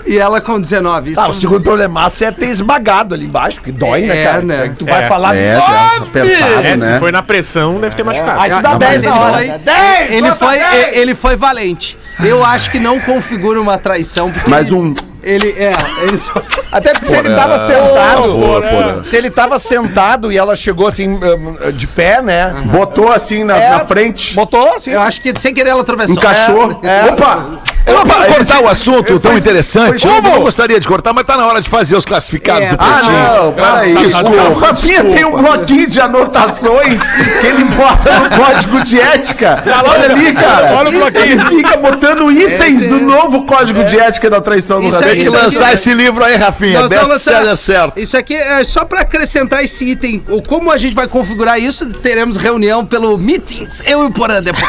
Speaker 6: e ela com 19. Isso
Speaker 3: Tá,
Speaker 5: Ah, o segundo problemaço é ter esmagado ali embaixo, que dói, né,
Speaker 6: É,
Speaker 5: cara?
Speaker 6: né?
Speaker 5: Aí Tu vai falar
Speaker 4: É, tá apertado,
Speaker 8: É, se
Speaker 4: né?
Speaker 8: foi na pressão, deve ter machucado.
Speaker 5: Aí tu dá
Speaker 6: Não,
Speaker 5: 10
Speaker 6: mas
Speaker 5: na
Speaker 6: ele
Speaker 5: hora.
Speaker 6: foi-
Speaker 5: né? 10!
Speaker 6: Ele
Speaker 5: bota
Speaker 6: foi,
Speaker 5: 10!
Speaker 6: e- ele foi valente. Eu acho que não configura uma traição. Porque
Speaker 7: Mas
Speaker 6: ele-
Speaker 7: um.
Speaker 6: Ele é, ele só.
Speaker 5: Até porque se ele
Speaker 7: é.
Speaker 5: tava sentado. é.
Speaker 3: Porã.
Speaker 5: Se ele tava sentado e ela chegou assim, hum, de pé, né?
Speaker 7: Botou assim na,
Speaker 5: É.
Speaker 7: na frente.
Speaker 5: Botou assim.
Speaker 6: Eu acho que sem querer ela atravessou.
Speaker 7: Encaixou.
Speaker 5: É.
Speaker 7: Opa!
Speaker 2: Eu para cortar o assunto tão
Speaker 7: faz-
Speaker 2: interessante.
Speaker 7: faz-
Speaker 2: Eu não gostaria de cortar, mas tá na hora de fazer os classificados
Speaker 6: É,
Speaker 2: do
Speaker 6: tá.
Speaker 7: Ah,
Speaker 2: Pretinho.
Speaker 7: não, peraí.
Speaker 2: Desculpa,
Speaker 7: O Rafinha tem um bloquinho de anotações que ele bota no código de ética. Olha ali, cara.
Speaker 3: Tá Olha o bloquinho.
Speaker 7: Ele fica botando itens
Speaker 6: Esse é-
Speaker 7: do novo código de ética da traição do
Speaker 6: Isso é-
Speaker 7: Rafinha.
Speaker 2: Tem que
Speaker 6: isso aqui,
Speaker 2: lançar
Speaker 6: né?
Speaker 2: esse livro aí, Rafinha.
Speaker 6: Nós vamos
Speaker 2: Best-seller
Speaker 6: lançar-
Speaker 2: certo.
Speaker 6: Então, Isso aqui é só pra acrescentar esse item. O- Como a gente vai configurar isso, teremos reunião pelo Meetings. Eu e o Porã depois.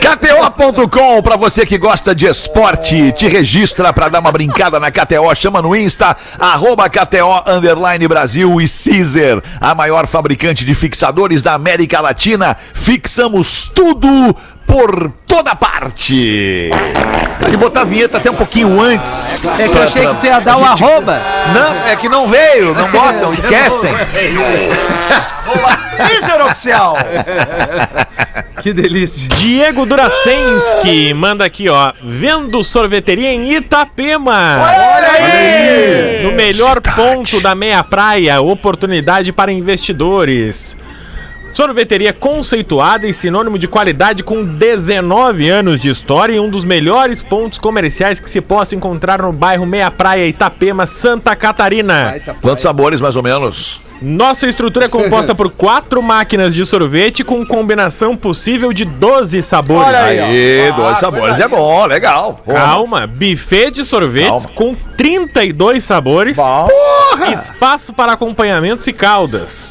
Speaker 2: KTO.com, pra você que gosta de esporte, te registra pra dar uma brincada na KTO, chama no Insta, arroba KTO Underline Brasil e Caesar, a maior fabricante de fixadores da América Latina. Fixamos tudo por toda parte. Pode botar a vinheta até um pouquinho antes.
Speaker 6: É que eu achei que tu ia dar o arroba.
Speaker 2: Não, é que não veio, não botam, esquecem.
Speaker 5: Cícero oficial!
Speaker 6: Que delícia.
Speaker 8: Diego Duracenski manda aqui, ó. Vendo sorveteria em Itapema. Olha aí! No melhor ponto da meia praia, oportunidade para investidores. Sorveteria conceituada e sinônimo de qualidade com 19 anos de história e um dos melhores pontos comerciais que se possa encontrar no bairro Meia Praia, Itapema, Santa Catarina.
Speaker 6: então.
Speaker 2: Quantos sabores, mais ou menos?
Speaker 8: Nossa estrutura é composta por quatro máquinas de sorvete com combinação possível de 12 sabores.
Speaker 2: Aí, dois sabores é bom, legal.
Speaker 8: Calma, buffet de sorvetes com 32 sabores, espaço para acompanhamentos e caldas.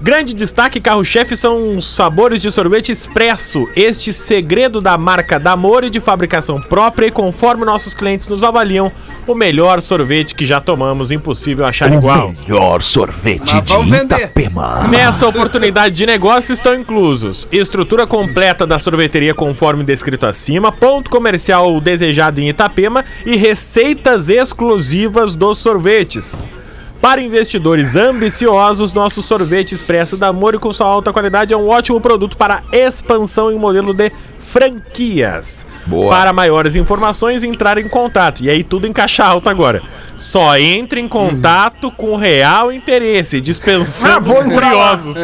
Speaker 8: Grande destaque, carro-chefe, são os sabores de sorvete expresso. Este segredo da marca Damore de fabricação própria e conforme nossos clientes nos avaliam, o melhor sorvete que já tomamos, impossível achar igual.
Speaker 2: Melhor sorvete
Speaker 6: Mas vamos
Speaker 2: de
Speaker 6: vender.
Speaker 2: Itapema.
Speaker 8: Nessa oportunidade de negócio estão inclusos estrutura completa da sorveteria conforme descrito acima, ponto comercial desejado em Itapema e receitas exclusivas dos sorvetes. Para investidores ambiciosos, nosso sorvete expresso da Mori com sua alta qualidade é um ótimo produto para expansão em modelo de franquias.
Speaker 2: Boa.
Speaker 8: Para maiores informações, entrar em contato. E aí tudo em caixa alta agora. Só entre em contato com real interesse,
Speaker 5: Ah,
Speaker 8: dispensando os curiosos.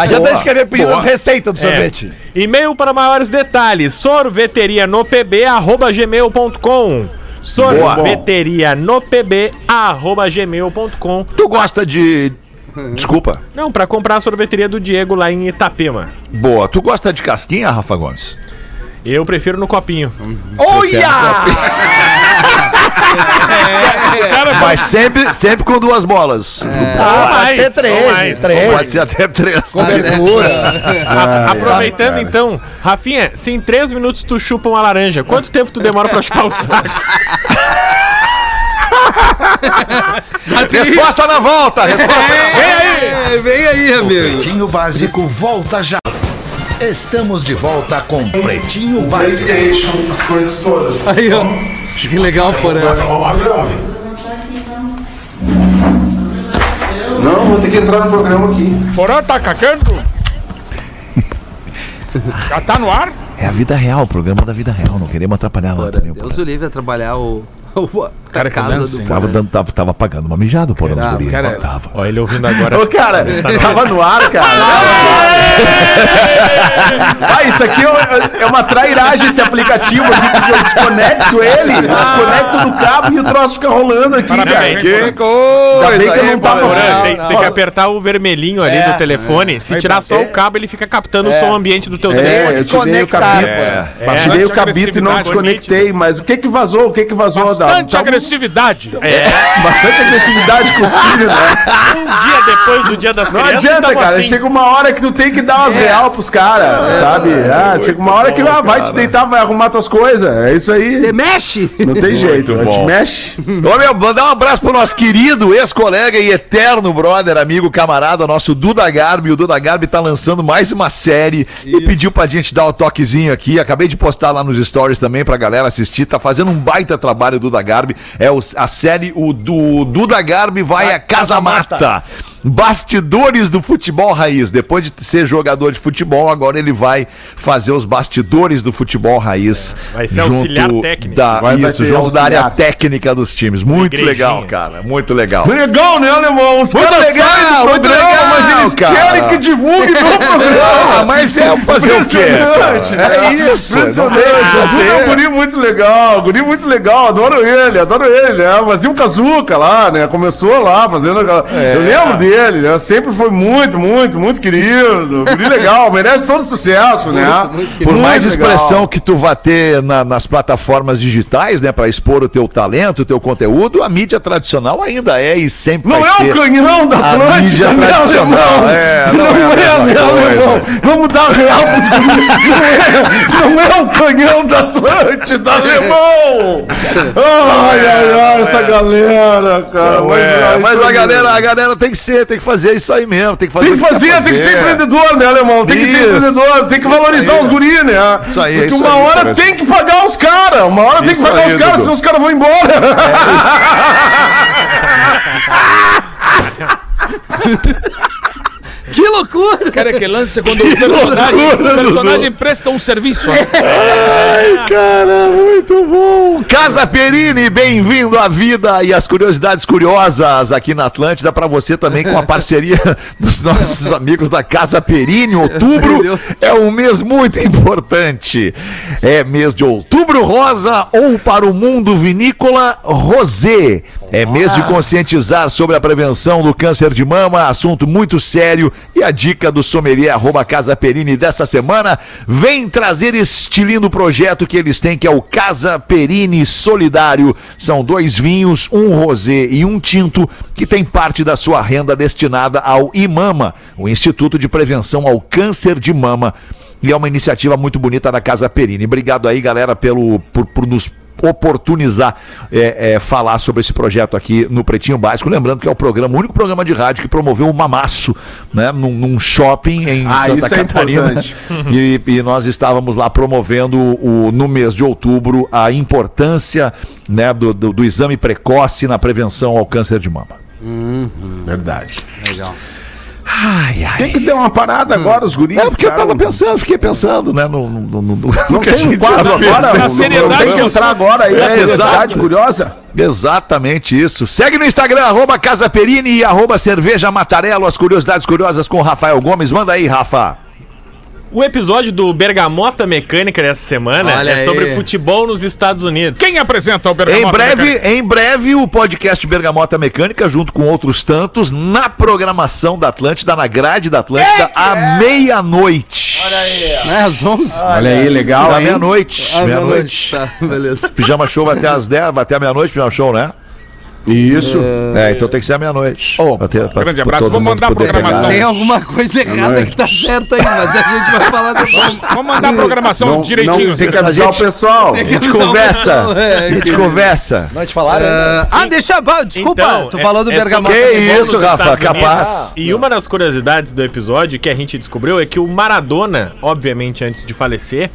Speaker 5: Adianta escrever pedindo
Speaker 2: boa.
Speaker 5: as receitas do
Speaker 8: É.
Speaker 5: sorvete.
Speaker 8: E-mail para maiores detalhes: sorveterianopb@gmail.com. Sorveterianopb@gmail.com.
Speaker 2: Tu gosta de. Desculpa.
Speaker 8: Não, para comprar a sorveteria do Diego lá em Itapema.
Speaker 2: Boa. Tu gosta de casquinha, Rafa Gomes? é
Speaker 8: Eu prefiro no copinho.
Speaker 5: Olha!
Speaker 3: Cara,
Speaker 2: Mas sempre, sempre com duas bolas.
Speaker 5: Ah,
Speaker 8: Não
Speaker 5: pode ser
Speaker 8: mais, não
Speaker 5: três,
Speaker 8: mais,
Speaker 2: Ou Pode
Speaker 5: três.
Speaker 2: ser até três. tá?
Speaker 8: A- Aproveitando então, Rafinha, se em três minutos tu chupa uma laranja, quanto tempo tu demora pra chupar o saco?
Speaker 2: é? Resposta na volta! Resposta na volta!
Speaker 6: É, vem aí, amigo.
Speaker 4: Pretinho Básico volta já. Estamos de volta com Pretinho Básico.
Speaker 7: PlayStation, as coisas todas.
Speaker 6: Aí, ó. Que legal, Porã.
Speaker 7: Não, vou ter que entrar no programa aqui.
Speaker 3: Porã tá cacando? Já tá no ar? tá
Speaker 2: É a vida real, o programa da vida real. Não queremos atrapalhar lá também.
Speaker 4: tá
Speaker 6: Deus o livre a trabalhar o a casa do
Speaker 3: comendo,
Speaker 2: Tava, dando, tava, tava pagando uma mijada o porão dos
Speaker 6: Cara,
Speaker 2: guris.
Speaker 3: cara,
Speaker 2: tava.
Speaker 8: Ó, ele ouvindo agora.
Speaker 7: Ô, cara, tava no ar, cara. ah, isso aqui é uma- é uma trairagem, esse aplicativo aqui, porque eu desconecto ele, desconecto no cabo e o troço fica rolando aqui,
Speaker 8: Parabéns,
Speaker 7: cara.
Speaker 2: É,
Speaker 8: que
Speaker 7: Ainda bem que eu não tava...
Speaker 8: Porã, tem, tem que apertar o vermelhinho ali
Speaker 7: É.
Speaker 8: do telefone. Se tirar só o cabo, ele fica captando o som ambiente do teu
Speaker 7: É,
Speaker 8: telefone.
Speaker 7: eu tirei o
Speaker 5: Desconectar.
Speaker 7: cabito.
Speaker 2: É.
Speaker 7: Eu tirei o cabito e não desconectei, mas o que que vazou? O que que vazou,
Speaker 3: Bastante
Speaker 5: tá
Speaker 7: Tava-
Speaker 3: agressividade.
Speaker 7: Bastante agressividade com os filhos, né?
Speaker 8: Um dia depois do dia das
Speaker 7: Não
Speaker 8: crianças,
Speaker 7: adianta,
Speaker 8: tamo
Speaker 7: cara.
Speaker 8: assim.
Speaker 7: Chega uma hora que tu tem que dar umas real pros caras, sabe? Ah, chega uma hora que ah, vai te deitar, vai arrumar tuas coisas. É isso aí.
Speaker 6: Te mexe!
Speaker 7: Não tem jeito.
Speaker 2: bom.
Speaker 7: Te mexe.
Speaker 2: Ô, meu, mandar um abraço pro nosso querido ex-colega e eterno brother, amigo, camarada, nosso Duda Garbi. O Duda Garbi tá lançando mais uma série e pediu pra gente dar o toquezinho aqui. Acabei de postar lá nos stories também pra galera assistir. Tá fazendo um baita trabalho o Duda Garbi. É o- a série o do Duda Garbi vai a Casa Mata. Bastidores do futebol raiz. Depois de ser jogador de futebol, agora ele vai fazer os bastidores do futebol raiz.
Speaker 8: vai ser auxiliar técnico.
Speaker 2: Da,
Speaker 7: Vai- vai
Speaker 2: isso,
Speaker 7: ser
Speaker 2: junto da área
Speaker 7: auxiliar.
Speaker 2: técnica dos times. Muito
Speaker 8: Igrejinha.
Speaker 2: legal, cara. Muito legal.
Speaker 7: Legal, né, alemão? Os
Speaker 2: Muito
Speaker 7: caras saem do
Speaker 2: legal, muito
Speaker 7: programa,
Speaker 2: legal,
Speaker 7: mas eles
Speaker 2: cara.
Speaker 7: querem que divulgue meu
Speaker 2: Ah,
Speaker 7: programa.
Speaker 2: mas é fazer o quê?
Speaker 7: Impressionante,
Speaker 2: cara? É
Speaker 7: né?
Speaker 2: isso. Ah, não
Speaker 7: Impressionante.
Speaker 2: tem o que
Speaker 7: O Duda é um
Speaker 2: fazer.
Speaker 7: guri muito legal, guri muito legal, adoro ele, adoro ele, né? Mas e o Kazuca lá, né? Começou lá fazendo aquela...
Speaker 2: É.
Speaker 7: Eu lembro dele, né? Sempre foi muito, muito, muito querido. Guri legal, merece todo sucesso, né?
Speaker 2: Por mais
Speaker 7: Muito legal.
Speaker 2: expressão que tu vá ter na- nas plataformas digitais, né, Pra expor o teu talento, o teu conteúdo, a mídia tradicional ainda é e sempre
Speaker 7: Não
Speaker 2: vai
Speaker 7: é
Speaker 2: ser.
Speaker 7: o canhão da
Speaker 2: a mídia
Speaker 7: Atlântica, né,
Speaker 2: tradicional,
Speaker 7: alemão?
Speaker 2: é, não
Speaker 7: não,
Speaker 2: é a
Speaker 7: é,
Speaker 2: mesma
Speaker 7: né,
Speaker 2: coisa.
Speaker 7: alemão? Vamos dar real pros guris. Não é, não é o canhão da Atlântida,
Speaker 2: é,
Speaker 7: alemão! Ai, ai, ai, essa galera, cara.
Speaker 2: Não é,
Speaker 7: ai,
Speaker 2: mas
Speaker 7: isso
Speaker 2: a
Speaker 7: aí-
Speaker 2: galera, a galera tem que ser, tem que fazer isso aí mesmo, tem que fazer.
Speaker 7: Tem que
Speaker 2: o
Speaker 7: fazer,
Speaker 2: quer
Speaker 7: tem que ser empreendedor, né, alemão? Tem que ser
Speaker 2: Isso.
Speaker 7: empreendedor, tem que
Speaker 2: Isso
Speaker 7: valorizar
Speaker 2: aí,
Speaker 7: os guris, né?
Speaker 2: Isso aí,
Speaker 7: Porque
Speaker 2: isso
Speaker 7: uma
Speaker 2: aí,
Speaker 7: hora
Speaker 2: parece.
Speaker 7: tem que pagar os caras, uma hora tem que
Speaker 2: Isso
Speaker 7: pagar
Speaker 2: aí,
Speaker 7: os caras,
Speaker 2: Dudu.
Speaker 7: senão os caras vão embora.
Speaker 6: Que loucura!
Speaker 3: Cara, é que lance quando o personagem, o personagem presta um serviço.
Speaker 5: É,
Speaker 3: né?
Speaker 2: Casa Perini, bem-vindo à vida e às curiosidades curiosas aqui na Atlântida para você também com a parceria dos nossos amigos da Casa Perini. Outubro é um mês muito importante. É mês de outubro rosa ou para o mundo vinícola rosé. É mês de conscientizar sobre a prevenção do câncer de mama, assunto muito sério. E a dica do sommelier arroba Casa Perini dessa semana vem trazer este lindo projeto que eles têm, que é o Casa Perini Solidário. São dois vinhos, um rosé e um tinto, que tem parte da sua renda destinada ao IMAMA, o Instituto de Prevenção ao Câncer de Mama. E é uma iniciativa muito bonita da Casa Perini. Obrigado aí, galera, pelo, por, por nos oportunizar é, é, falar sobre esse projeto aqui no Pretinho Básico. Lembrando que é o programa, o único programa de rádio que promoveu o mamaço, né? Num, num shopping em
Speaker 7: Ah,
Speaker 2: Santa
Speaker 7: isso é
Speaker 2: Catarina.
Speaker 7: importante.
Speaker 2: e, e nós estávamos lá promovendo o, no mês de outubro a importância né, do, do- do exame precoce na prevenção ao câncer de mama.
Speaker 7: Verdade.
Speaker 2: Ai, ai.
Speaker 7: Tem que ter uma parada agora, os guris.
Speaker 2: É porque eu tava
Speaker 7: cara.
Speaker 2: pensando, fiquei pensando, né? No, no, no, no, no
Speaker 7: Não
Speaker 2: que a
Speaker 7: tem um
Speaker 2: gente
Speaker 7: quadro
Speaker 2: já fez,
Speaker 7: agora,
Speaker 2: né?
Speaker 7: não- não
Speaker 3: seriedade
Speaker 7: tem que
Speaker 3: do
Speaker 7: entrar agora aí, né?
Speaker 2: É,
Speaker 7: a seriedade
Speaker 2: exato.
Speaker 7: curiosa.
Speaker 2: Exatamente isso. Segue no Instagram, arroba Casa Perini e arroba Cerveja Matarello, as curiosidades curiosas com o Rafael Gomes. Manda aí, Rafa.
Speaker 8: O episódio do Bergamota Mecânica dessa semana
Speaker 6: Olha
Speaker 8: é sobre
Speaker 6: aí.
Speaker 8: futebol nos Estados Unidos.
Speaker 3: Quem apresenta o Bergamota? né,
Speaker 2: Em breve, em breve, o podcast Bergamota Mecânica, junto com outros tantos, na programação da Atlântida, na grade da Atlântida, à meia-noite. Olha aí.
Speaker 6: Não é às 11?
Speaker 7: Olha aí, legal,
Speaker 2: À
Speaker 7: hein?
Speaker 2: meia-noite.
Speaker 6: Ah,
Speaker 2: meia-noite.
Speaker 6: Tá, beleza.
Speaker 2: Pijama show vai até às 10, vai até a meia-noite, pijama show, né?
Speaker 7: Isso.
Speaker 2: É, então tem que ser à meia-noite. Pra ter- pra-
Speaker 3: grande
Speaker 2: pra
Speaker 3: abraço.
Speaker 2: todo
Speaker 3: Vou
Speaker 2: mundo
Speaker 3: mandar a
Speaker 2: poder
Speaker 3: programação.
Speaker 2: pegar.
Speaker 6: Tem alguma coisa errada que tá certa aí, mas a gente vai falar depois.
Speaker 3: Vamos mandar a programação
Speaker 7: Não,
Speaker 3: direitinho.
Speaker 7: não, tem que
Speaker 3: vocês-
Speaker 7: avisar o pessoal.
Speaker 2: A gente conversa. A gente conversa.
Speaker 5: Nós falaram?
Speaker 6: Ah, ah, deixa. bah, Desculpa,
Speaker 8: Então,
Speaker 6: tu
Speaker 8: é-
Speaker 6: falou do
Speaker 8: é
Speaker 6: Bergamota.
Speaker 2: sobre-
Speaker 6: de
Speaker 2: Que
Speaker 6: bola.
Speaker 2: isso,
Speaker 8: nos
Speaker 2: Rafa,
Speaker 8: Estados Unidos.
Speaker 2: capaz.
Speaker 8: E uma das curiosidades do episódio que a gente descobriu é que o Maradona, obviamente antes de falecer,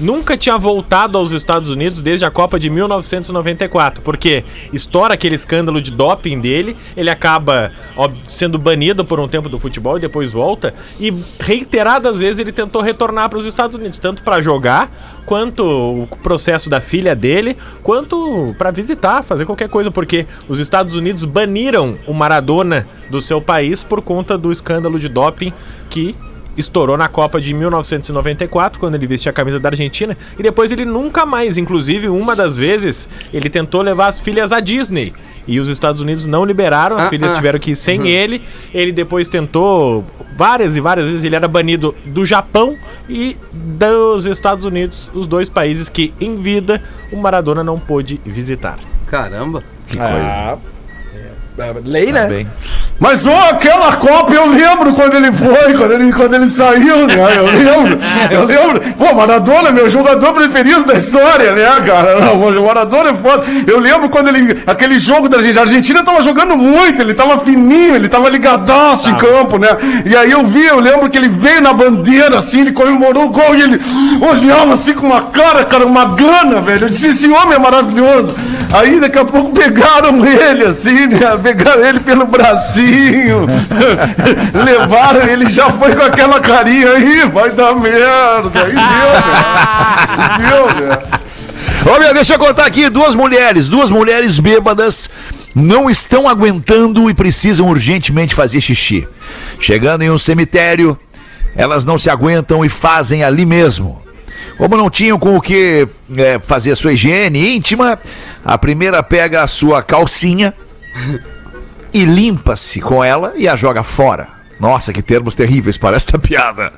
Speaker 8: nunca tinha voltado aos Estados Unidos desde a Copa de 1994, porque estoura aqueles cânceres escândalo de doping dele. Ele acaba ó, sendo banido por um tempo do futebol e depois volta. E reiteradas vezes ele tentou retornar para os Estados Unidos, tanto para jogar, quanto o processo da filha dele, quanto para visitar, fazer qualquer coisa, porque os Estados Unidos baniram o Maradona do seu país por conta do escândalo de doping que estourou na Copa de 1994, quando ele vestia a camisa da Argentina, e depois ele nunca mais, inclusive uma das vezes, ele tentou levar as filhas à Disney. E os Estados Unidos não liberaram, as filhas tiveram que ir sem ele. Ele depois tentou várias e várias vezes, ele era banido do Japão e dos Estados Unidos, os dois países que em vida o Maradona não pôde visitar.
Speaker 6: Caramba.
Speaker 5: Ah, é. Lei, né?
Speaker 7: Mas ô, aquela Copa eu lembro quando ele foi, quando ele, quando ele saiu, né? Eu lembro, eu lembro. Pô, Maradona é meu jogador preferido da história, né, cara? Não, o Maradona é foda. Eu lembro quando ele. Aquele jogo da Argentina, a Argentina tava jogando muito, ele tava fininho, ele tava ligadaço em campo, né? E aí eu vi, eu lembro que ele veio na bandeira, assim, ele comemorou o gol e ele olhava assim com uma cara, cara, uma gana, velho. Eu disse, esse homem é maravilhoso. Aí daqui a pouco pegaram ele, assim, né? Pegaram ele pelo bracinho, levaram ele, já foi com aquela carinha aí, vai dar merda. Aí deu, velho. Deu, velho.
Speaker 2: Ô, meu, deixa eu contar aqui, duas mulheres, duas mulheres bêbadas não estão aguentando e precisam urgentemente fazer xixi. Chegando em um cemitério, elas não se aguentam e fazem ali mesmo. Como não tinham com o que eh, fazer a sua higiene íntima, a primeira pega a sua calcinha e limpa-se com ela e a joga fora. Nossa, que termos terríveis para esta piada.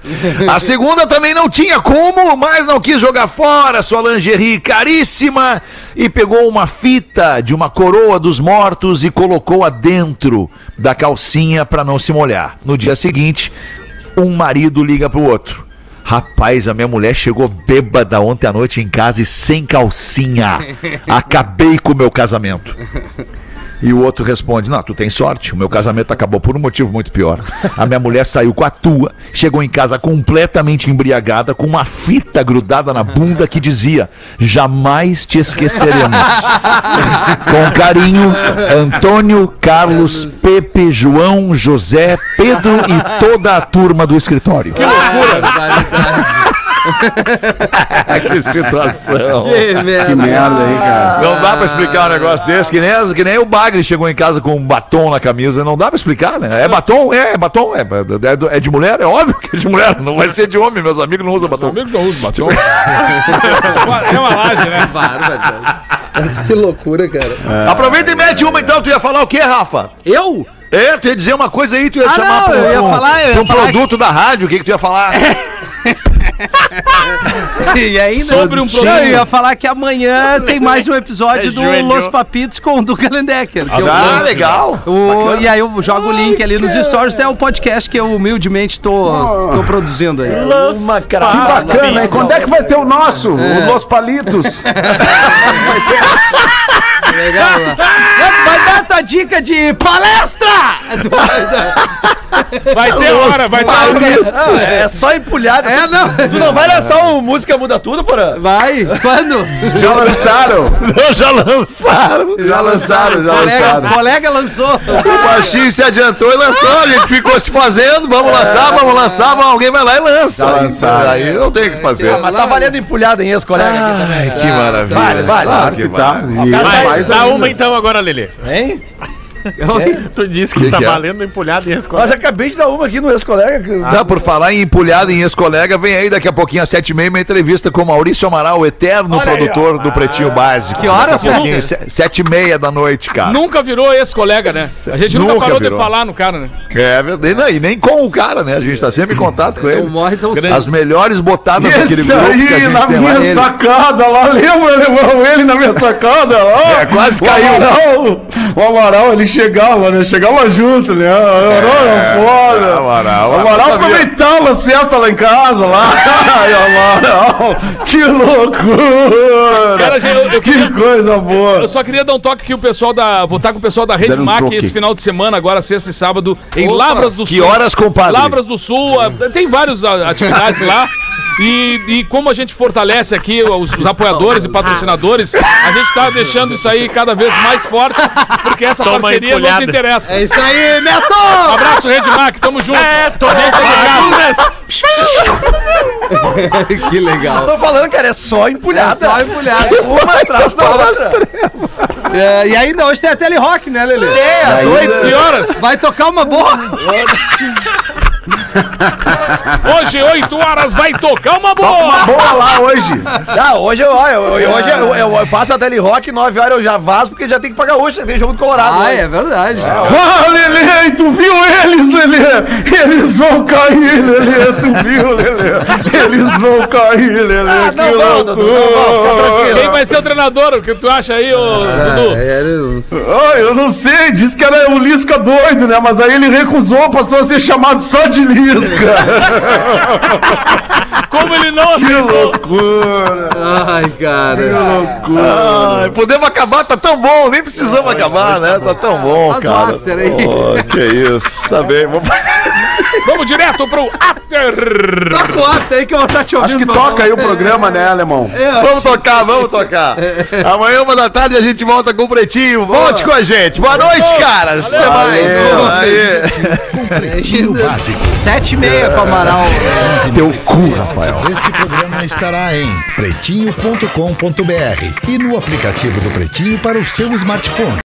Speaker 2: A segunda também não tinha como, mas não quis jogar fora sua lingerie caríssima e pegou uma fita de uma coroa dos mortos e colocou-a dentro da calcinha para não se molhar. No dia seguinte, um marido liga pro outro. Rapaz, a minha mulher chegou bêbada ontem à noite em casa e sem calcinha. Acabei com o meu casamento. E o outro responde: Não, tu tem sorte. O meu casamento acabou por um motivo muito pior. A minha mulher saiu com a tua, chegou em casa completamente embriagada, com uma fita grudada na bunda que dizia: Jamais te esqueceremos. com carinho, Antônio, Carlos, Pepe, João, José, Pedro e toda a turma do escritório.
Speaker 6: Barbaridade.
Speaker 2: que situação.
Speaker 6: Que merda.
Speaker 7: Que merda aí, cara.
Speaker 2: Não dá pra explicar um negócio desse, que nem, as- que nem o Bagre chegou em casa com um batom na camisa, não dá pra explicar, né? É batom? É, é batom, é, é do- é de mulher, é óbvio que é de mulher, não vai ser de homem, meus amigos não usam
Speaker 3: Meu
Speaker 2: batom.
Speaker 3: amigo não usa batom. é uma laje, né?
Speaker 6: Barbaridade. Nossa, que loucura, cara.
Speaker 2: Aproveita e mete uma então, tu ia falar o quê, Rafa?
Speaker 6: Eu?
Speaker 2: É, tu ia dizer uma coisa aí, tu ia
Speaker 6: Ah,
Speaker 2: chamar
Speaker 6: não,
Speaker 2: pro,
Speaker 6: eu ia
Speaker 2: pro-
Speaker 6: falar, eu ia
Speaker 2: pro
Speaker 6: falar
Speaker 2: um produto da rádio, o que que tu ia falar?
Speaker 6: E ainda.
Speaker 3: Sobre um
Speaker 6: Não, Eu ia falar que amanhã tem mais um episódio do Los Papitos com o Duca Lendecker. que eu
Speaker 2: Ah,
Speaker 6: lanço.
Speaker 2: legal.
Speaker 6: O- e aí eu jogo o link ali nos stories, até o podcast que eu humildemente tô, tô produzindo aí.
Speaker 5: Uma cara.
Speaker 7: Que bacana, hein? Quando é que vai ter o nosso? O Los Palitos?
Speaker 6: Legal. né? Vai dar tua dica de palestra!
Speaker 3: Vai ter hora, vai ter hora.
Speaker 5: É só empulhado.
Speaker 6: É, não.
Speaker 5: Tu não vai lançar o Música Muda Tudo, porra?
Speaker 6: Vai, quando?
Speaker 7: Já lançaram?
Speaker 2: Não, já lançaram.
Speaker 7: Já lançaram, já
Speaker 6: Colega,
Speaker 7: lançaram.
Speaker 6: colega lançou.
Speaker 2: O baixinho se adiantou e lançou, a gente ficou se fazendo, vamos lançar, vamos lançar, vamos- alguém vai lá e lança.
Speaker 7: Já lançaram.
Speaker 2: Aí não tem o que fazer.
Speaker 5: Mas tá valendo empulhado em
Speaker 7: É.
Speaker 5: ex-colega aqui também.
Speaker 2: Que maravilha.
Speaker 5: Vale, vale.
Speaker 2: Claro
Speaker 7: Que tá. E
Speaker 8: Vai,
Speaker 7: mais
Speaker 8: dá
Speaker 7: ainda.
Speaker 8: uma então agora, Lelê.
Speaker 5: Hein?
Speaker 8: Tu disse que,
Speaker 2: Que
Speaker 8: tá
Speaker 2: que é?
Speaker 8: valendo empolhado em escola.
Speaker 5: Mas é acabei de dar uma aqui no ex-colega. que-
Speaker 2: Dá por falar em empulhado em ex-colega, vem aí daqui a pouquinho às sete e meia uma entrevista com Maurício Amaral, o eterno produtor do Pretinho Básico.
Speaker 6: Ah, Que horas,
Speaker 2: Daqui a pouquinho,
Speaker 6: Walter?
Speaker 2: se- Sete e meia da noite, cara.
Speaker 3: Nunca virou ex-colega, né? A gente nunca,
Speaker 2: Nunca
Speaker 3: parou
Speaker 2: virou.
Speaker 3: de falar no cara, né?
Speaker 2: É verdade, não, e nem com o cara, né? A gente tá sempre em contato com ele.
Speaker 6: Não morre tão cedo.
Speaker 2: As melhores botadas daquele
Speaker 7: Esse
Speaker 2: grupo que a
Speaker 7: aí,
Speaker 2: gente
Speaker 7: na
Speaker 2: tem lá.
Speaker 7: minha
Speaker 2: Ele-
Speaker 7: sacada lá, lembra, alemão? Ele na minha sacada lá.
Speaker 2: É, quase
Speaker 7: o
Speaker 2: caiu.
Speaker 7: Amaral, o Amaral, ele chegava, né? Chegava junto, né? O Amaral é foda.
Speaker 2: o Ah, Amaral,
Speaker 7: o
Speaker 2: eu
Speaker 7: Amaral
Speaker 2: sabia.
Speaker 7: aproveitava as festas lá em casa, lá. Ai, Amaral, que loucura.
Speaker 3: Cara, gente, eu- eu queria-
Speaker 7: que coisa boa.
Speaker 3: Eu só queria dar um toque que o pessoal da. Vou estar com o pessoal da Rede
Speaker 7: Dar um
Speaker 3: Mac
Speaker 7: toque.
Speaker 3: esse final de semana, agora sexta e sábado, em
Speaker 6: Opa,
Speaker 3: Lavras do
Speaker 2: Que
Speaker 3: Sul.
Speaker 2: horas, compadre?
Speaker 3: Lavras do Sul, a- tem várias a- atividades lá. E, e como a gente fortalece aqui os, os apoiadores e patrocinadores, a gente tá deixando isso aí cada vez mais forte, porque essa
Speaker 8: Toma
Speaker 3: parceria nos
Speaker 8: empolhada.
Speaker 3: interessa.
Speaker 6: É isso aí, Neto!
Speaker 3: Um abraço, Redmac, tamo junto.
Speaker 8: É, tô obrigado.
Speaker 6: que legal.
Speaker 5: Tô falando, cara, é só empulhada.
Speaker 6: É só empulhada.
Speaker 5: É Uma atrás da outra.
Speaker 6: É, e ainda hoje tem a Tele Rock, né, Lelê?
Speaker 5: É, às oito.
Speaker 3: Que horas?
Speaker 6: Vai tocar uma boa.
Speaker 3: Hoje, 8 horas, vai tocar uma boa.
Speaker 7: Boa lá hoje.
Speaker 5: Ah, hoje eu, ó, eu,
Speaker 2: É.
Speaker 5: eu- hoje eu, eu- eu faço a tele rock, 9 horas eu já vazo, porque já tem que pagar hoje, tem jogo do Colorado. né?
Speaker 6: Ah,
Speaker 5: hoje.
Speaker 6: é verdade.
Speaker 7: Ah, Lelê, tu viu eles, Lelê? Eles vão cair, Lelê, tu viu, Lelê? Eles vão cair, Lelê,
Speaker 5: Ah, não
Speaker 7: que
Speaker 5: vão, Dudu, não vão, fica
Speaker 7: loucura.
Speaker 3: Quem vai ser o treinador? O que tu acha aí, ô Dudu?
Speaker 6: É, ele-
Speaker 7: Ah, eu não sei, disse que era o Lisca doido, né? Mas aí ele recusou, passou a ser chamado só de Lisca.
Speaker 3: Como ele não
Speaker 7: que
Speaker 3: aceitou?
Speaker 7: loucura,
Speaker 6: Ai, cara.
Speaker 7: que loucura.
Speaker 2: Ai, podemos acabar, tá tão bom, nem precisamos acabar, né? Tá tão bom,
Speaker 6: Faz o
Speaker 2: cara.
Speaker 6: after aí.
Speaker 2: Ô, que isso, tá bem. Vamos
Speaker 3: Vamos direto pro After.
Speaker 6: Toca Tá o ato aí que eu vou estar te ouvindo. É,
Speaker 7: Acho que
Speaker 6: meu
Speaker 7: toca aí o
Speaker 6: irmão.
Speaker 7: programa, né, alemão?
Speaker 2: Vamos tocar, vamos tocar. Amanhã, uma da tarde, a gente volta com o Pretinho. Volte com a gente. Boa noite, caras. Até
Speaker 6: Valeu.
Speaker 2: mais. Aí.
Speaker 6: Sete e meia com o Amaral.
Speaker 2: Teu cu, Rafael.
Speaker 4: Este programa estará em pretinho.com.br e no aplicativo do Pretinho para o seu smartphone.